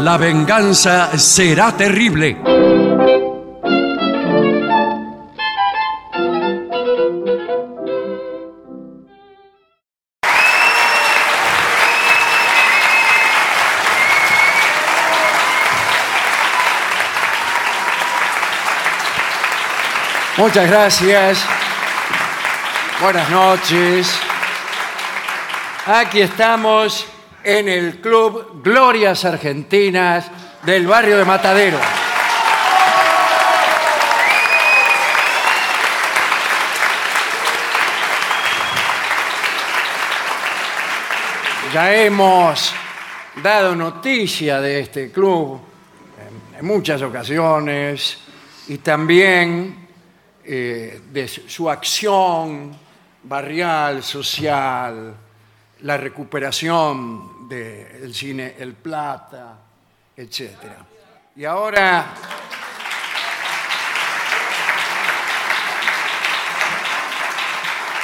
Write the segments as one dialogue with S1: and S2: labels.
S1: La venganza será terrible.
S2: Muchas gracias. Buenas noches. Aquí estamos en el Club Glorias Argentinas del barrio de Matadero. Ya hemos dado noticia de este club en- en muchas ocasiones y también eh, de su su acción barrial, social, la recuperación del cine El Plata, etc. Y ahora...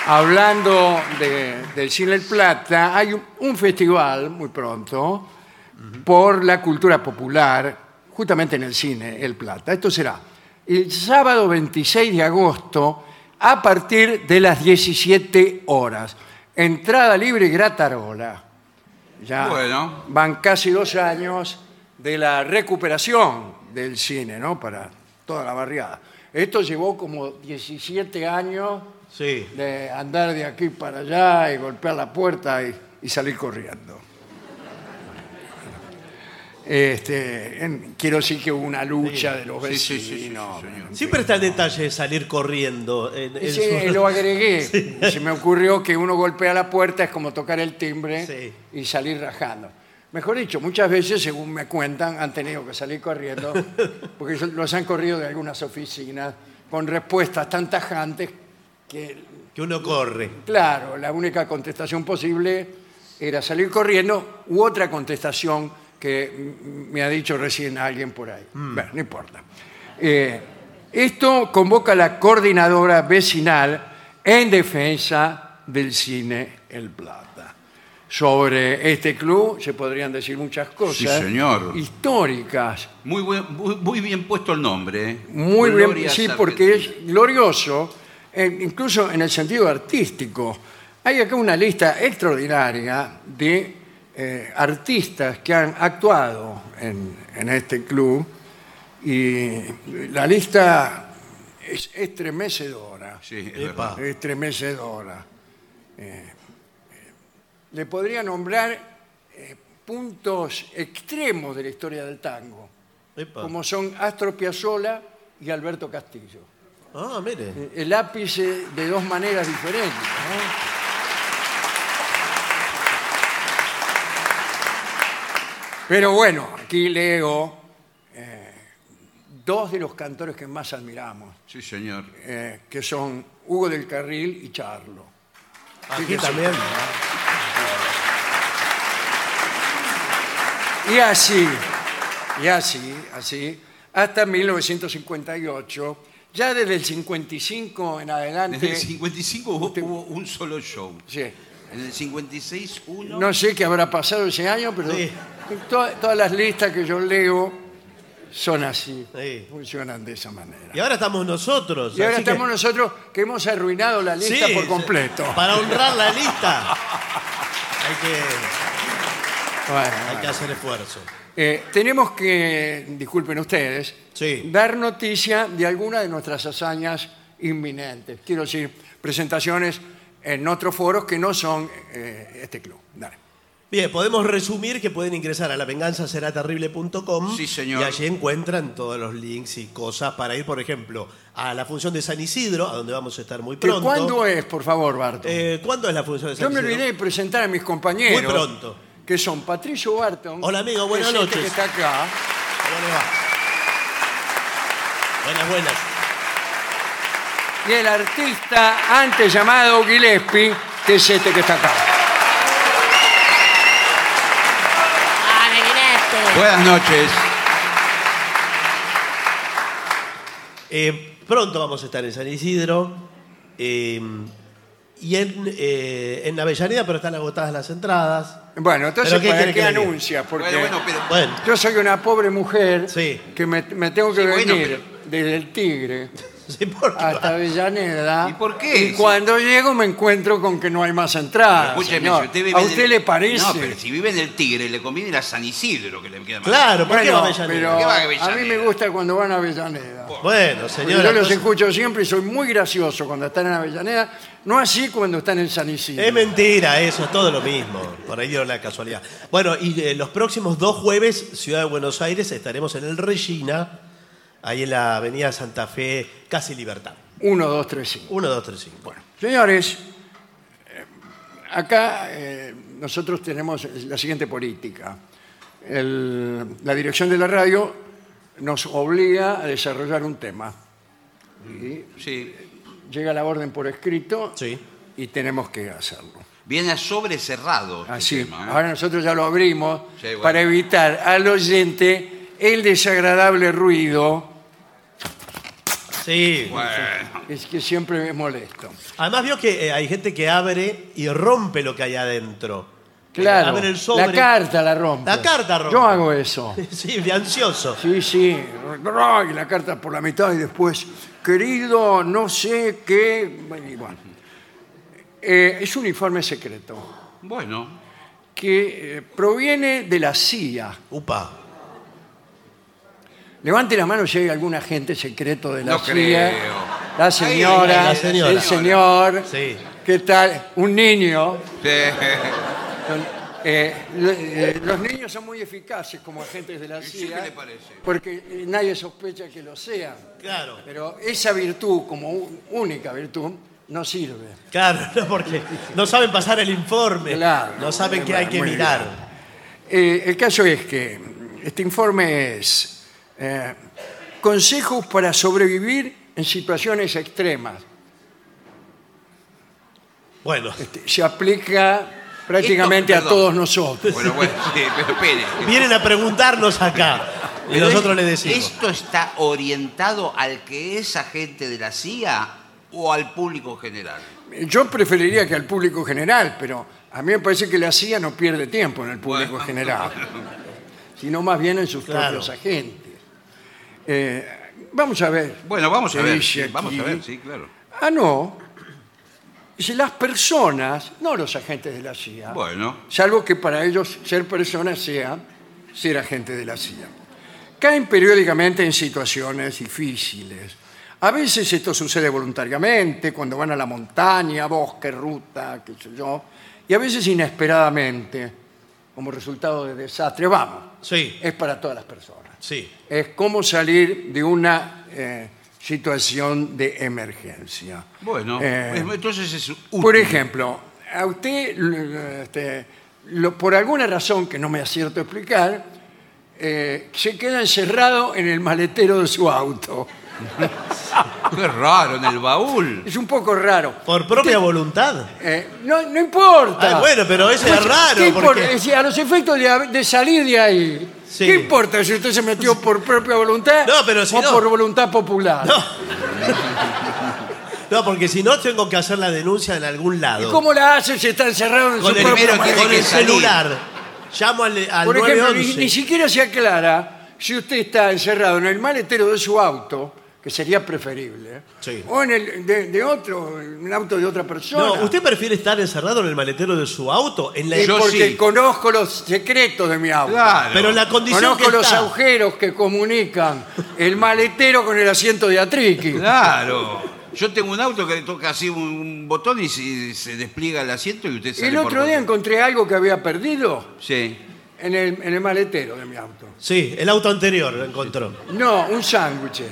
S2: Hablando de- del cine El Plata, hay un, un festival muy pronto por la cultura popular, justamente en el cine El Plata. Esto será el sábado 26 de agosto a partir de las 17 horas. Entrada libre y gratarola. Ya
S3: Bueno.
S2: van casi dos años de la recuperación del cine, ¿no? Para toda la barriada. Esto llevó como 17 años
S4: Sí.
S2: de andar de aquí para allá y golpear la puerta y, y salir corriendo. Este, en- quiero decir que hubo una lucha de los
S3: Sí,
S2: vecinos.
S3: sí, sí, sí, sí, señor.
S4: Siempre está el detalle de salir corriendo. en- en
S2: Ese
S4: su-
S2: lo agregué. Se me ocurrió que uno golpea la puerta es como tocar el timbre
S4: Sí.
S2: y salir rajando. Mejor dicho, muchas veces, según me cuentan, han tenido que salir corriendo porque son- los han corrido de algunas oficinas con respuestas tan tajantes que
S4: Que uno corre.
S2: Claro, la única contestación posible era salir corriendo u otra contestación que mm, me ha dicho recién alguien por ahí.
S3: Mm.
S2: Bueno, no importa. Eh, esto convoca a la coordinadora vecinal en defensa del cine El Plata. Sobre este club se podrían decir muchas cosas
S3: Sí, señor.
S2: históricas.
S3: Muy, buen- muy, muy bien puesto el nombre. ¿eh?
S2: Muy bien,
S3: Glorias
S2: sí, porque
S3: Argentinas.
S2: es glorioso, eh, incluso en el sentido artístico. Hay acá una lista extraordinaria de eh, artistas que han actuado en, en este club y la lista es estremecedora.
S3: Sí, es
S4: Epa.
S3: verdad.
S2: Estremecedora. Eh, le podría nombrar eh, puntos extremos de la historia del tango
S4: Epa.
S2: como son Astro Piazzolla y Alberto Castillo.
S4: Ah, mire.
S2: El ápice de dos maneras diferentes. ¿no? Pero bueno, aquí leo eh, dos de los cantores que más admiramos,
S3: Sí, señor.
S2: eh, que son Hugo del Carril y Charlo.
S4: Ah, Aquí también.
S2: Y así, y así, así, hasta 1958, ya desde el 55 en
S3: Desde
S2: adelante,
S3: el 55 hubo,
S2: este
S3: hubo un solo show.
S2: sí,
S3: En el 56, uno.
S2: No sé qué habrá pasado ese año, pero
S4: Sí.
S2: to- todas las listas que yo leo son así.
S4: Sí.
S2: Funcionan de esa manera.
S4: Y ahora estamos nosotros.
S2: Y ahora
S4: así que-
S2: estamos nosotros que hemos arruinado la lista
S4: Sí,
S2: por completo.
S4: Para honrar la lista. Hay que,
S2: Bueno,
S4: hay que
S2: bueno.
S4: hacer esfuerzo.
S2: Eh, tenemos que, disculpen ustedes,
S4: Sí.
S2: dar noticia de alguna de nuestras hazañas inminentes. Quiero decir, presentaciones en otros foros que no son eh, este club. Dale.
S4: Bien, podemos resumir que pueden ingresar a lavenganzaseraterrible.com
S3: Sí, señor.
S4: y allí encuentran todos los links y cosas para ir, por ejemplo, a la función de San Isidro, a donde vamos a estar muy
S2: ¿Que
S4: pronto.
S2: ¿Cuándo es, por favor, Barton?
S4: Eh, ¿Cuándo es la función de San
S2: Yo me
S4: Isidro?
S2: olvidé de presentar a mis compañeros.
S4: Muy pronto.
S2: Que son Patricio Barton.
S4: Hola, amigo,
S2: que
S4: buenas
S2: es este
S4: noches.
S2: que está acá.
S4: ¿Cómo le va? Buenas, buenas.
S2: Y el artista antes llamado Gillespie, que es este que está acá.
S3: Buenas noches.
S4: Eh, pronto vamos a estar en San Isidro. Eh, y en, eh, en Avellaneda, pero están agotadas las entradas.
S2: Bueno, entonces,
S4: ¿Pero qué
S2: ¿para
S4: quiere
S2: qué
S4: que le diga?
S2: anuncia? Porque
S3: Bueno, bueno, pero.
S4: Bueno,
S2: yo soy una pobre mujer
S4: Sí.
S2: que me, me tengo que
S3: Sí, bueno,
S2: venir desde el Tigre
S4: sí, porque-
S2: hasta Avellaneda.
S3: ¿Y por qué?
S2: Y cuando llego me encuentro con que no hay más entradas.
S3: Escúcheme,
S2: señor.
S3: si usted vive
S2: ¿A
S3: en
S2: usted
S3: el-
S2: le parece?
S3: No, pero si vive en el Tigre, le conviene ir a San Isidro, que le queda más.
S4: claro, ¿por qué
S2: Bueno,
S4: va a Avellaneda?
S2: pero
S3: ¿Qué va a
S2: a
S3: Avellaneda?
S2: mí me gusta cuando van a Avellaneda.
S4: Bueno,
S2: Porque
S4: señora.
S2: yo los
S4: entonces-
S2: escucho siempre y soy muy gracioso cuando están en Avellaneda, no así cuando están en San Isidro.
S4: Es mentira, eso es todo lo mismo. Por ahí dio la casualidad. Bueno, y eh, los próximos dos jueves, Ciudad de Buenos Aires, estaremos en el Regina, ahí en la Avenida Santa Fe, casi Libertad.
S2: Uno, dos, tres, cinco.
S4: 1, 2, 3, 5. Bueno.
S2: Señores, eh, acá eh, nosotros tenemos la siguiente política. El- la dirección de la radio nos obliga a desarrollar un tema.
S3: Sí.
S2: Llega la orden por escrito
S4: Sí.
S2: y tenemos que hacerlo.
S3: Viene a sobre cerrado. este
S2: Así.
S3: tema, ¿eh?
S2: Ahora nosotros ya lo abrimos
S3: Sí, bueno.
S2: para evitar al oyente el desagradable ruido
S4: Sí.
S3: Bueno,
S2: es que siempre es molesto.
S4: Además vio que eh, hay gente que abre y rompe lo que hay adentro.
S2: Claro.
S4: Abre el sobre.
S2: La carta la rompe.
S4: La carta rompe.
S2: Yo hago eso.
S4: Sí, de ansioso.
S2: Sí, sí, y la carta por la mitad y después, querido, no sé qué. Bueno, y bueno. Eh, es un informe secreto
S3: bueno.
S2: que eh, proviene de la CIA.
S4: Upa.
S2: Levante la mano si hay algún agente secreto de la
S3: No
S2: CIA.
S3: creo.
S2: La señora,
S4: Ahí, la señora.
S2: el señor,
S4: Sí.
S2: ¿qué tal? Un niño.
S3: Sí.
S2: Son, eh, lo- eh, los niños son muy eficaces como agentes de la
S3: Sí,
S2: CIA
S3: ¿qué le parece?
S2: porque eh, nadie sospecha que lo sean.
S4: Claro.
S2: Pero esa virtud, como u- única virtud, no sirve.
S4: Claro, no, porque no saben pasar el informe.
S2: Claro.
S4: No saben qué hay que
S2: Muy bien.
S4: mirar.
S2: Eh, el caso es que este informe es eh, consejos para sobrevivir en situaciones extremas.
S4: Bueno,
S2: Este, Se aplica prácticamente
S3: Esto-
S2: a
S3: perdón.
S2: todos nosotros.
S3: Bueno, bueno, sí, pero espere.
S4: vienen a preguntarnos acá. Y
S3: Pero
S4: nosotros
S3: es-
S4: les decimos.
S3: ¿Esto está orientado al que es agente de la CIA o al público general?
S2: Yo preferiría que al público general, pero a mí me parece que la CIA no pierde tiempo en el público
S3: Bueno.
S2: general, sino más bien en sus
S4: Claro.
S2: propios agentes. Eh, vamos a ver.
S3: Bueno, vamos
S2: qué
S3: a ver.
S2: dice
S3: sí, vamos
S2: aquí.
S3: a ver, sí, claro.
S2: Ah, no. Dice, las personas, no los agentes de la CIA.
S3: Bueno.
S2: Salvo que para ellos ser personas sea ser agente de la CIA. Caen periódicamente en situaciones difíciles. A veces esto sucede voluntariamente, cuando van a la montaña, bosque, ruta, qué sé yo. Y a veces inesperadamente, como resultado de desastre. Vamos,
S4: Sí,
S2: es para todas las personas
S4: sí.
S2: es cómo salir de una eh, situación de emergencia.
S3: Bueno,
S2: Eh,
S3: es- entonces es útil.
S2: por ejemplo, a usted, l- este, lo- por alguna razón que no me acierto a explicar, eh, se queda encerrado en el maletero de su auto.
S3: Qué raro, en el baúl.
S2: Es un poco raro.
S4: Por propia voluntad.
S2: Eh, no, no importa.
S4: Ay, bueno, pero eso
S2: Pues,
S4: es raro.
S2: ¿qué
S4: porque-
S2: importa? Es decir, a los efectos de, hab- de salir de ahí.
S4: Sí.
S2: ¿Qué importa si usted se metió por propia voluntad
S4: No, pero si
S2: o
S4: no-
S2: por voluntad popular?
S4: No, porque si no tengo que hacer la denuncia en algún lado.
S2: ¿Y cómo la hace si está encerrado en su
S4: Con el,
S2: propio
S3: primero
S2: país?
S3: tiene
S4: con
S3: que
S4: el
S3: salir.
S4: celular. Llamo al, al
S2: Por ejemplo, ni,
S4: 911.
S2: ni siquiera se aclara si usted está encerrado en el maletero de su auto, que sería preferible,
S4: Sí.
S2: o en el de, de otro, en el auto de otra persona.
S4: no, ¿usted prefiere estar encerrado en el maletero de su auto? En la...
S2: Y
S3: Yo
S2: porque
S3: sí.
S2: conozco los secretos de mi auto.
S3: Claro.
S4: Pero en la condición
S2: Conozco
S4: que
S2: los
S4: está.
S2: agujeros que comunican el maletero con el asiento de atriqui.
S3: Claro. Yo tengo un auto que le toca así un, un botón y se, se despliega el asiento y usted sale
S2: El
S3: por
S2: otro día
S3: donde-
S2: encontré algo que había perdido
S3: Sí.
S2: en el, en el maletero de mi auto.
S4: Sí, el auto anterior lo encontró.
S2: No, un sándwich.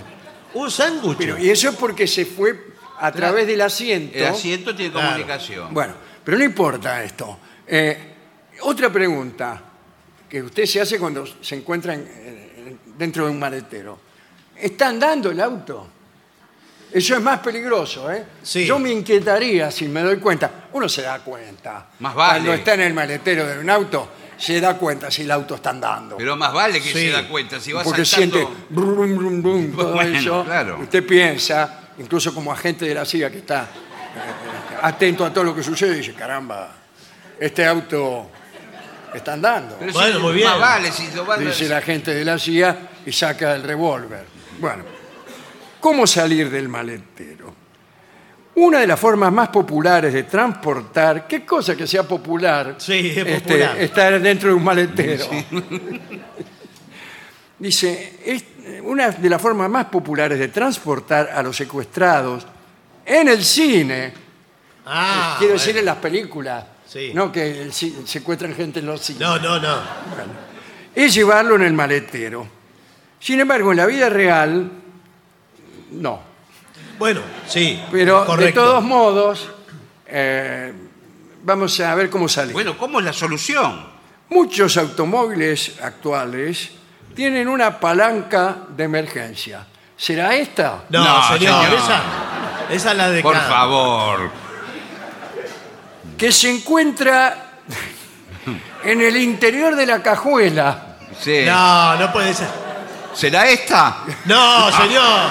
S4: Un sándwich.
S2: Pero, y eso es porque se fue a través del asiento.
S3: El asiento tiene
S4: Claro.
S3: comunicación.
S2: Bueno, pero no importa esto. Eh, otra pregunta que usted se hace cuando se encuentra en- en- dentro de un maletero. ¿Está andando el auto? Eso es más peligroso, ¿eh?
S4: Sí.
S2: Yo me inquietaría si me doy cuenta. Uno se da cuenta.
S3: Más vale.
S2: Cuando está en el maletero de un auto, se da cuenta si el auto está andando.
S3: Pero más vale que
S4: Sí.
S3: se da cuenta. Si va
S2: Porque
S3: saltando...
S2: siente brum, brum, brum, todo
S3: Bueno,
S2: eso.
S3: claro.
S2: Usted piensa, incluso como agente de la CIA que está eh, atento a todo lo que sucede y dice, caramba, este auto está andando.
S3: Pero
S4: Bueno,
S3: sí,
S4: muy bien.
S3: Más vale, si lo van a-
S2: dice la gente de la CIA y saca el revólver. Bueno, ¿cómo salir del maletero? Una de las formas más populares de transportar, qué cosa que sea popular,
S4: Sí, es
S2: este,
S4: popular.
S2: estar dentro de un maletero. Dice, es una de las formas más populares de transportar a los secuestrados en el cine,
S4: Ah,
S2: quiero
S4: bueno.
S2: decir en las películas,
S4: Sí.
S2: no que el ci- secuestran gente en los cines.
S4: No, no, no.
S2: es llevarlo en el maletero. Sin embargo, en la vida real, no.
S4: Bueno, sí.
S2: Pero de
S4: correcto.
S2: todos modos, eh, vamos a ver cómo sale.
S3: Bueno, ¿cómo es la solución?
S2: Muchos automóviles actuales tienen una palanca de emergencia. ¿Será esta?
S4: No,
S3: No,
S4: señor,
S3: señor.
S4: Esa, esa es la de
S3: Por
S4: acá.
S3: favor.
S2: Que se encuentra en el interior de la cajuela.
S3: Sí.
S4: No, no puede ser.
S3: ¿Será esta?
S4: No, señor.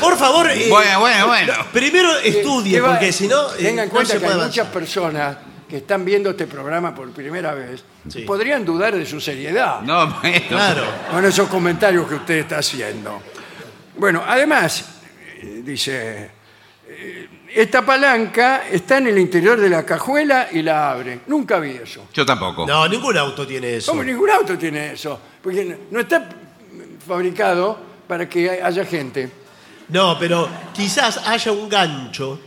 S4: Por favor. eh,
S3: Bueno, bueno, bueno.
S4: Primero estudie,
S2: Que va-
S4: porque si no. eh,
S2: Tenga en
S4: no
S2: cuenta
S4: se
S2: que
S4: puede
S2: hay
S4: avanzar.
S2: muchas personas que están viendo este programa por primera vez
S4: Sí.
S2: podrían dudar de su seriedad.
S3: No, bueno.
S4: Claro.
S2: con esos comentarios que usted está haciendo. Bueno, además, eh, dice, eh, esta palanca está en el interior de la cajuela y la abre. Nunca vi eso.
S3: Yo tampoco.
S4: No, ningún auto tiene eso.
S2: Como ningún auto tiene eso, porque no- no está fabricado para que haya gente.
S4: No, pero quizás haya un gancho.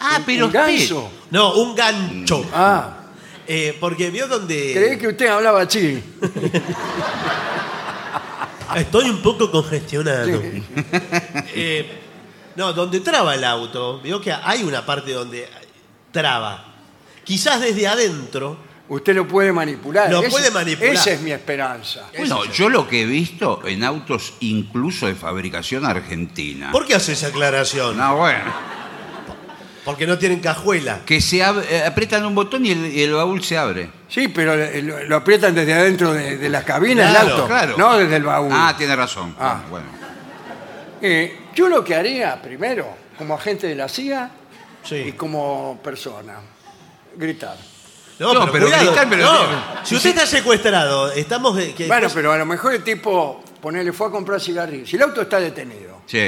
S3: Ah, pero Mm.
S2: ¿Un ganso?
S4: No, un gancho.
S2: Ah,
S4: Eh, porque vio donde.
S2: creí que usted hablaba así.
S4: Estoy un poco congestionado. Eh, no, donde traba el auto, veo que hay una parte donde traba. Quizás desde adentro.
S2: Usted lo puede manipular.
S4: Lo
S2: Ese-
S4: espe- puede manipular.
S2: Esa es mi esperanza.
S3: Bueno, yo lo que he visto en autos incluso de fabricación argentina.
S4: ¿Por qué hace esa aclaración?
S3: Ah. No, bueno.
S4: Porque no tienen cajuela.
S3: Que se ab- eh, aprietan un botón y el, y el baúl se abre.
S2: Sí, pero eh, lo, lo aprietan desde adentro de, de las cabinas del
S4: Claro,
S2: auto,
S3: claro.
S2: no desde el baúl.
S3: Ah, tiene razón.
S2: Ah.
S3: Bueno.
S2: Eh, yo lo que haría primero, como agente de la CIA
S4: Sí.
S2: y como persona, gritar.
S4: No,
S3: No, pero
S4: cuidado.
S3: gritar, pero-
S4: No, Si usted está secuestrado, estamos. eh, que-
S2: Bueno, pero a lo mejor el tipo, ponele, fue a comprar cigarrillos. Si el auto está detenido,
S3: Sí.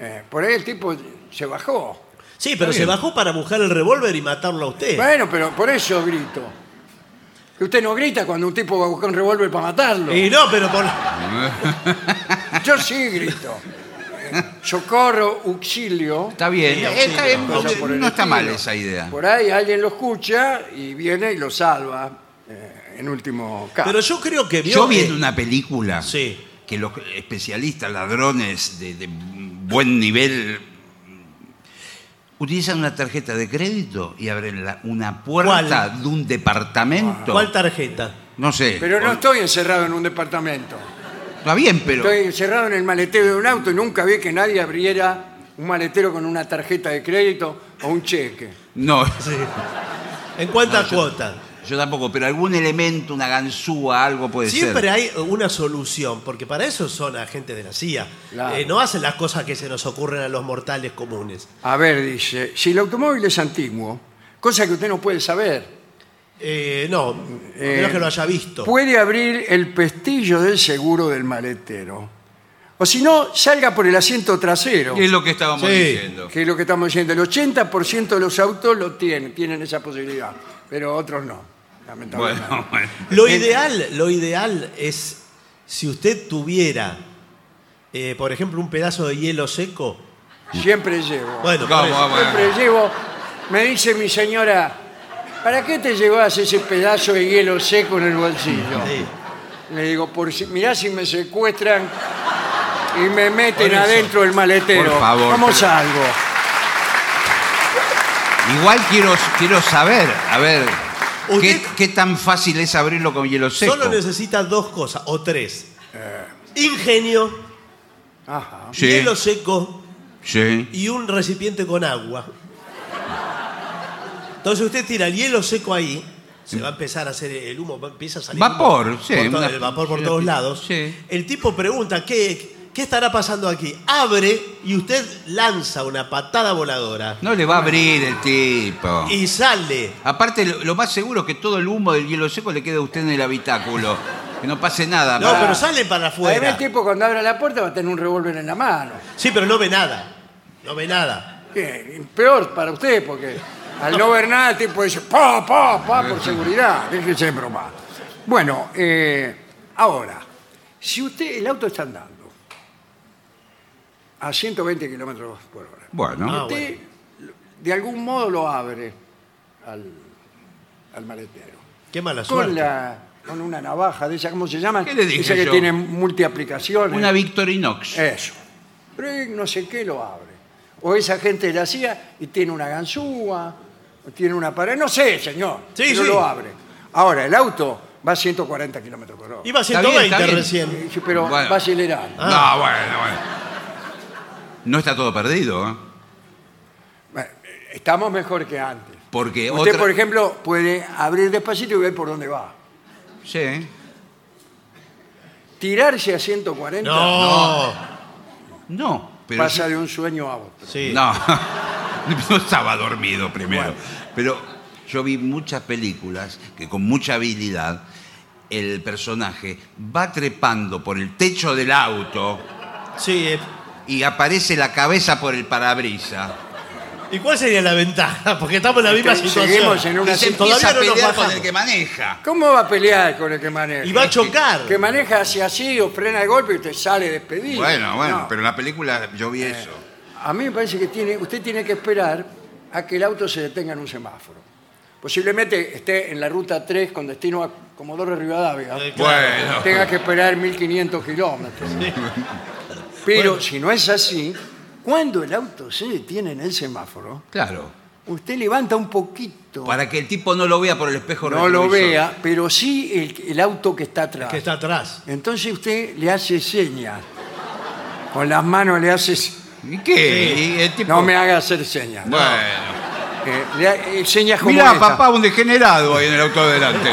S2: eh, por ahí el tipo se bajó.
S4: sí, pero
S3: Está
S4: se
S3: bien.
S4: bajó para buscar el revólver y matarlo a usted.
S2: Bueno, pero por eso grito. Que usted no grita cuando un tipo va a buscar un revólver para matarlo.
S4: Y no, pero por.
S2: Yo sí grito. Eh, Socorro, auxilio.
S3: Está bien.
S4: Sí,
S3: Está
S4: sí,
S3: bien,
S4: pero-
S3: no-
S2: Cosa por el
S3: no está mal
S2: estilo.
S3: esa idea.
S2: Por ahí alguien lo escucha y viene y lo salva. eh, en último caso.
S4: Pero yo creo que vio.
S3: Yo
S4: que-
S3: viendo una película
S4: Sí.
S3: que los especialistas, ladrones de, de buen nivel, utilizan una tarjeta de crédito y abren la- una puerta
S4: ¿Cuál?
S3: de un departamento.
S4: ¿Cuál tarjeta?
S3: No sé.
S2: Pero no
S3: Bueno,
S2: estoy encerrado en un departamento.
S3: Está bien, pero.
S2: Estoy encerrado en el maletero de un auto y nunca vi que nadie abriera un maletero con una tarjeta de crédito o un cheque.
S3: No,
S4: ¿En cuánta cuota?
S3: yo tampoco, pero algún elemento, una ganzúa, algo puede
S4: Siempre
S3: ser.
S4: hay una solución, porque para eso son agentes de la CIA.
S2: Claro.
S4: Eh, no hacen las cosas que se nos ocurren a los mortales comunes.
S2: A ver, dice, si el automóvil es antiguo, cosa que usted no puede saber,
S4: Eh, no, a
S2: eh,
S4: menos que lo haya visto.
S3: pues,
S2: puede abrir el pestillo del seguro del maletero. O si no, salga por el asiento trasero,
S3: Es lo que estábamos
S4: Sí.
S3: diciendo.
S2: que es lo que estamos diciendo. El 80% de los autos lo tienen, tienen esa posibilidad, pero otros no, lamentablemente.
S3: Bueno, bueno.
S4: Lo ideal, lo ideal es si usted tuviera, eh, por ejemplo, un pedazo de hielo seco.
S2: Siempre llevo.
S4: Bueno,
S3: ¿Cómo?
S4: por eso.
S3: Bueno.
S2: Siempre llevo, me dice mi señora, ¿para qué te llevas ese pedazo de hielo seco en el bolsillo?
S4: Sí.
S2: Le digo, por si, mirá si me secuestran y me
S4: Por
S2: meten
S4: eso.
S2: adentro del maletero.
S3: Por favor,
S2: ¿Cómo
S3: pero-
S2: salgo?
S3: Igual quiero, quiero saber, a ver, ¿qué,
S4: Usted-
S3: qué tan fácil es abrirlo con hielo seco? Eh.
S4: Solo necesita dos cosas, o tres. Ingenio,
S2: Ajá.
S3: Sí,
S4: hielo seco
S3: sí.
S4: y un recipiente con agua. Entonces usted tira el hielo seco ahí, se va a empezar a hacer el humo, va- empieza a salir
S3: Vapor,
S4: humo
S3: sí,
S4: por todo-
S3: una-
S4: el vapor por
S3: sí,
S4: todos
S3: la-
S4: lados.
S3: sí.
S4: El tipo pregunta, ¿qué, ¿Qué estará pasando aquí? Abre y usted lanza una patada voladora
S3: No le va a abrir el tipo.
S4: y sale.
S3: Aparte, lo, lo más seguro es que todo el humo del hielo seco le quede a usted en el habitáculo. Que no pase nada.
S4: No,
S3: Para-
S4: pero sale para
S2: Además,
S4: afuera.
S2: el tipo cuando abra la puerta va a tener un revólver en la mano.
S4: Sí, pero no ve nada. No ve nada.
S2: Eh, Peor para usted, porque al no ver nada, el tipo dice, pa, pa, pa, por seguridad. Déjese de broma. Bueno, eh, ahora, si usted, el auto está andando a 120 kilómetros por hora,
S3: Bueno,
S4: Ah,
S2: usted de algún modo lo abre al, al maletero.
S4: Qué mala
S2: Con,
S4: suerte.
S2: la, con una navaja de esa, ¿cómo se llama?
S3: ¿Qué le dije
S2: Esa que
S3: yo?
S2: tiene multiaplicaciones.
S3: una Victorinox.
S2: Eso. Pero él no sé qué lo abre. O esa gente de la CIA y tiene una ganzúa, o tiene una pared, no sé, señor.
S4: Sí,
S2: pero
S4: sí.
S2: lo abre. Ahora, el auto va a 140 kilómetros por hora.
S4: Iba a
S3: Está
S4: 120
S3: bien, está bien.
S4: recién.
S2: Eh, sí, Pero
S3: Bueno.
S2: va acelerando.
S3: No, bueno, bueno. No está todo perdido, ¿eh?
S2: Bueno, eh, Estamos mejor que antes.
S3: Porque
S2: Usted,
S3: Eh, otra-
S2: por ejemplo, puede abrir despacito y ver por dónde va.
S3: Sí.
S2: Tirarse a 140
S4: No.
S3: No, pero.
S2: pasa de un sueño a otro.
S4: Sí.
S3: No. No estaba dormido primero. Pero yo vi muchas películas que con mucha habilidad el personaje va trepando por el techo del auto
S4: Sí. eh.
S3: y aparece la cabeza por el parabrisa.
S4: ¿Y cuál sería la ventaja? Porque estamos en la misma
S2: Este,
S4: situación.
S2: seguimos en una
S3: Y se
S2: si-
S3: empieza
S4: todavía
S3: a
S4: no nos
S3: pelear con
S4: bajamos.
S3: el que maneja.
S2: ¿Cómo va a pelear con el que maneja?
S4: Y va a chocar.
S2: Que maneja hacia así o frena el golpe y usted sale despedido.
S3: Bueno, bueno,
S2: No. Eh,
S3: pero en la película yo vi eso.
S2: A mí me parece que tiene, usted tiene que esperar a que el auto se detenga en un semáforo. Posiblemente esté en la ruta 3 con destino a Comodoro Rivadavia.
S4: Eh,
S3: Bueno.
S2: Tenga que esperar 1500 kilómetros. Pero
S4: Bueno.
S2: si no es así, cuando el auto se detiene en el semáforo,
S3: Claro.
S2: usted levanta un poquito,
S3: Para que el tipo no lo vea por el espejo
S2: no lo
S3: retrovisor.
S2: vea, pero sí el, el auto que está atrás.
S4: Que está atrás.
S2: Entonces usted le hace señas. Con las manos le hace...
S3: ¿Y qué?
S4: Sí.
S3: Y el tipo-
S2: No me haga hacer señas.
S3: Bueno.
S2: Eh, le ha- eh, señas como
S3: Mirá,
S2: esta.
S3: papá, un degenerado ahí en el auto delante.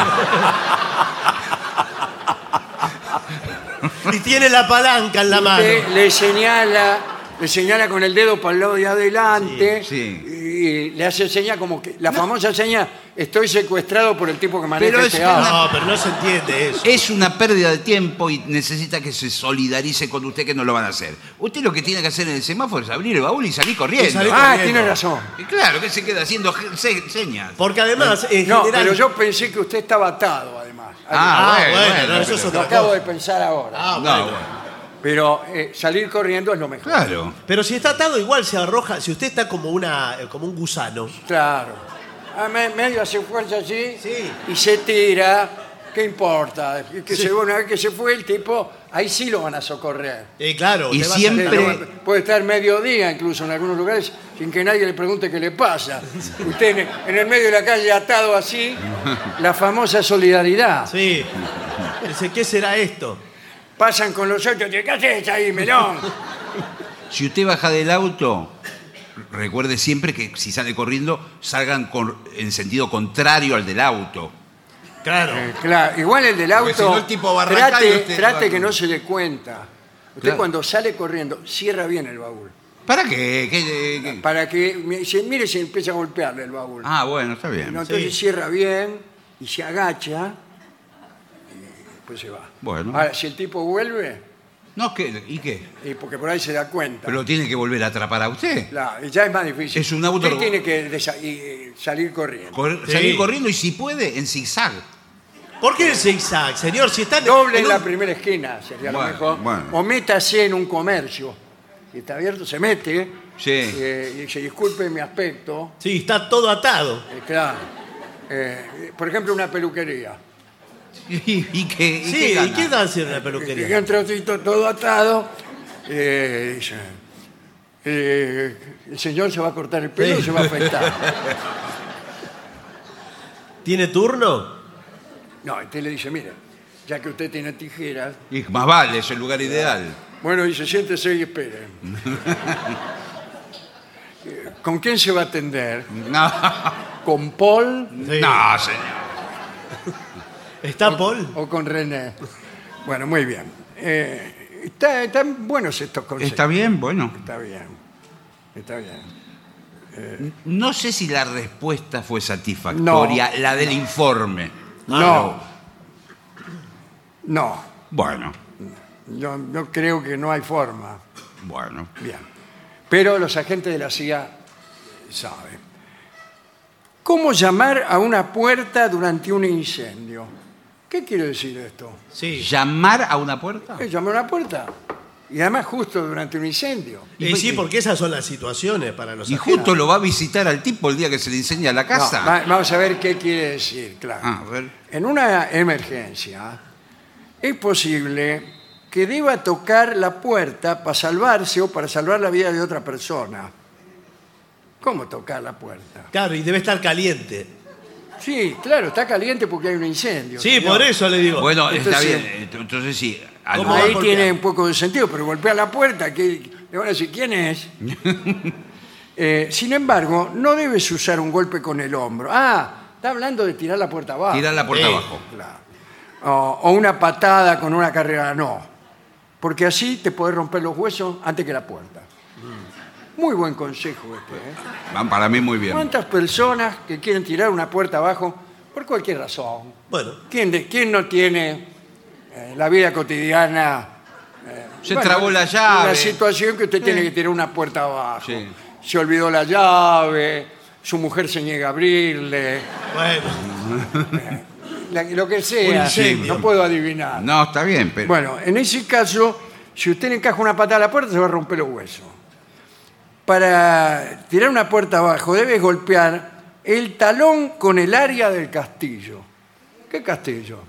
S4: Y tiene la palanca en la mano.
S2: Usted le señala, le señala con el dedo para el lado de adelante
S3: Sí, sí.
S2: y le hace señas como que la famosa seña estoy secuestrado por el tipo que maneja
S3: Pero
S2: este
S3: es
S2: auto.
S4: No, pero no se entiende eso.
S3: Es una pérdida de tiempo y necesita que se solidarice con usted que no lo van a hacer. Usted lo que tiene que hacer en el semáforo es abrir el baúl y salir corriendo.
S4: Y salir-
S2: Ah,
S4: corriendo.
S2: tiene razón.
S3: Y claro, que se queda haciendo ge- se- señas.
S4: Porque además, en
S2: No,
S4: general.
S2: pero yo pensé que usted estaba atado además.
S4: Ah,
S3: Ah,
S4: bueno,
S3: bueno,
S4: no,
S3: bueno,
S4: eso es
S3: pero-
S2: Lo
S4: otra
S2: acabo
S4: cosa.
S2: de pensar ahora.
S4: Ah,
S3: No,
S4: bueno.
S3: bueno.
S2: Pero eh, salir corriendo es lo mejor.
S3: Claro.
S4: Pero si está atado, igual se arroja. Si usted está como, una, eh, como un gusano.
S2: Claro. Ah, me- medio hace fuerza así
S4: Sí.
S2: y se tira. ¿Qué importa? Que se, una vez que se fue el tipo, ahí sí lo van a socorrer.
S4: Eh, claro.
S3: Y
S4: te vas a-
S2: Sí,
S3: siempre-
S2: no, puede estar mediodía incluso en algunos lugares sin que nadie le pregunte qué le pasa. Usted en- en el medio de la calle atado así, la famosa solidaridad.
S4: Sí. Dice, ¿qué será esto?
S2: Pasan con los otros, ¿qué haces ahí, melón?
S3: Si usted baja del auto, recuerde siempre que si sale corriendo, salgan con- en sentido contrario al del auto.
S4: Claro.
S2: Eh, claro, igual el del
S3: Porque si no
S2: auto,
S3: el tipo va a arrancar y
S2: trate,
S3: usted
S2: trate
S3: va-
S2: que no se dé cuenta. Usted
S3: Claro.
S2: cuando sale corriendo, cierra bien el baúl.
S3: ¿Para qué? ¿Qué- qué- qué?
S2: Para que, mire, mire si empieza a golpearle el baúl.
S3: Ah, bueno, está bien.
S2: No, entonces
S4: sí.
S2: cierra bien y se agacha y después se va.
S3: Bueno.
S2: Ahora, si el tipo vuelve,
S3: No, ¿qué? ¿Y qué?
S2: y porque por ahí se da cuenta.
S3: Pero lo tiene que volver a atrapar a usted.
S2: Claro, y ya es más difícil.
S3: Es un auto-
S2: Usted tiene que desa- y, eh, salir corriendo.
S3: Cor-
S4: Sí.
S3: Salir corriendo y si puede, en zigzag.
S4: ¿Por qué el zigzag, señor? Si está en-
S2: Doble en
S4: en
S2: la
S4: un-
S2: primera esquina sería lo
S3: Bueno,
S2: mejor.
S3: bueno.
S2: O métase en un comercio. Si está abierto, se mete
S3: Sí.
S2: eh, y dice, disculpe mi aspecto.
S4: Sí, está todo atado.
S2: Eh, claro. Eh, por ejemplo, una peluquería.
S3: ¿Y qué? ¿Y
S4: Sí,
S3: gana?
S4: ¿y qué da hacer una
S2: Y
S4: peluquería?
S2: entra un tito todo atado. eh, dice, eh, el señor se va a cortar el pelo
S4: Sí.
S2: y se va a afeitar.
S4: ¿Tiene turno?
S2: No, entonces le dice, mire, ya que usted tiene tijeras,
S3: Y más vale, es el lugar ideal.
S2: Bueno, dice, siéntese y espere. Eh, ¿Con quién se va a atender?
S3: No,
S2: ¿Con Paul
S3: no señor.
S4: ¿Está Paul?
S2: o con René? Bueno, muy bien. Eh, Está- están buenos estos conceptos.
S3: Está bien, bueno.
S2: Está bien. Está bien.
S3: No sé si la respuesta fue satisfactoria, la del informe.
S2: No. No,
S3: Bueno,
S2: yo, yo creo que no hay forma.
S3: bueno.
S2: Bien. Pero los agentes de la CIA saben. ¿Cómo llamar a una puerta durante un incendio? ¿Qué quiere decir esto?
S4: Sí.
S3: ¿Llamar a una puerta?
S2: Eh, llamar a una puerta. Y además justo durante un incendio.
S4: Y sí, porque esas son las situaciones para los
S3: Y
S4: agentes.
S3: justo lo va a visitar al tipo el día que se le incendia la
S2: No,
S3: casa.
S2: va- vamos a ver qué quiere decir, claro.
S3: Ah, a ver.
S2: En una emergencia es posible que deba tocar la puerta para salvarse o para salvar la vida de otra persona. ¿Cómo tocar la puerta?
S4: Claro, y debe estar caliente.
S2: Sí, claro, está caliente porque hay un incendio.
S4: Sí,
S2: señor.
S4: por eso le digo.
S3: Bueno, está
S2: entonces-
S3: bien. ent- Entonces sí. a
S4: ¿Cómo
S3: lo-
S4: va?
S2: Ahí
S4: ¿Por
S2: tiene
S4: qué?
S2: un poco de sentido, pero golpea la puerta, que le van a decir quién es. Eh, sin embargo, no debes usar un golpe con el hombro. Ah, está hablando de tirar la puerta abajo.
S3: Tirar la puerta
S4: Eh.
S3: abajo.
S2: Claro. O, o una patada con una carrera, no. Porque así te podés romper los huesos antes que la puerta. Muy buen consejo este. ¿eh?
S3: Van para mí muy Mm. bien.
S2: ¿Cuántas personas que quieren tirar una puerta abajo por cualquier razón?
S4: Bueno,
S2: ¿Quién, de- quién no tiene eh, la vida cotidiana? eh,
S3: Se trabó la llave. Mm.
S2: Una situación que usted tiene que tirar una puerta abajo.
S3: Sí.
S2: Se olvidó la llave, su mujer se niega a abrirle,
S4: bueno.
S2: la- lo que sea.
S4: Un incendio.
S2: No puedo adivinar.
S3: No, está bien, pero.
S2: Bueno, en ese caso, si usted le encaja una patada a la puerta, se va a romper los huesos. Para tirar una puerta abajo, debe golpear el talón con el área del castillo. ¿Qué castillo?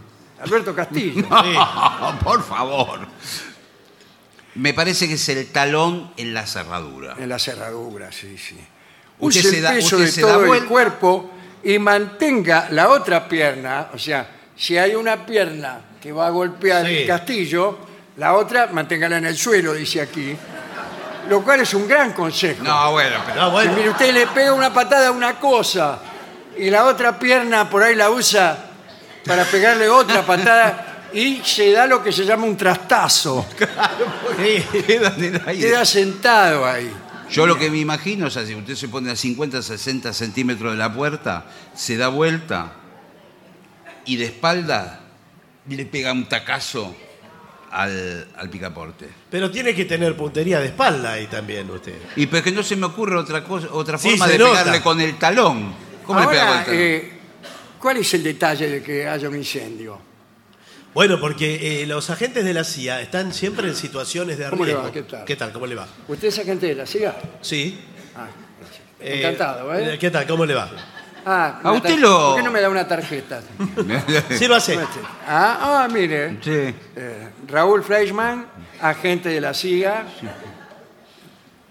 S2: Alberto Castillo.
S3: por favor. Me parece que es el talón en la cerradura.
S2: En la cerradura, sí, sí.
S3: Usted
S2: Use
S3: se
S2: el
S3: da-
S2: peso
S3: usted
S2: de
S3: se da
S2: todo el
S3: vuelta.
S2: cuerpo y mantenga la otra pierna, o sea, si hay una pierna que va a golpear
S4: Sí.
S2: el castillo, la otra manténgala en el suelo, dice aquí. Lo cual es un gran consejo.
S3: No, bueno, pero.
S4: No,
S2: Si,
S4: bueno.
S2: mire, usted le pega una patada a una cosa y la otra pierna por ahí la usa para pegarle otra patada y se da lo que se llama un trastazo.
S4: Sí.
S3: Quedan en el aire.
S2: Queda sentado ahí.
S3: Yo lo que me imagino es así: usted se pone a 50, 60 centímetros de la puerta, se da vuelta y de espalda le pega un tacazo al, al picaporte.
S4: Pero tiene que tener puntería de espalda ahí también usted.
S3: Y pero es que no se me ocurre otra cosa, otra
S4: Sí,
S3: forma
S4: se
S3: de
S4: nota.
S3: pegarle con el talón. ¿Cómo le pega con
S2: Ahora,
S3: el talón?
S2: eh, ¿cuál es el detalle de que haya un incendio?
S4: Bueno, porque eh, los agentes de la CIA están siempre en situaciones de
S2: ¿Cómo le
S4: riesgo.
S2: va? ¿Qué tal?
S4: ¿Qué tal? ¿Cómo le va?
S2: ¿Usted es agente de la CIA?
S4: Sí.
S2: Ah, gracias.
S4: Eh,
S2: Encantado, ¿eh?
S4: ¿Qué tal? ¿Cómo le va?
S2: Ah,
S3: A
S2: una
S3: usted
S2: tar-
S3: lo-
S2: ¿Por qué no me da una tarjeta?
S4: Sí, lo hace.
S2: ah, ah, mire.
S3: Sí.
S2: Eh, Raúl Fleischmann, agente de la CIA.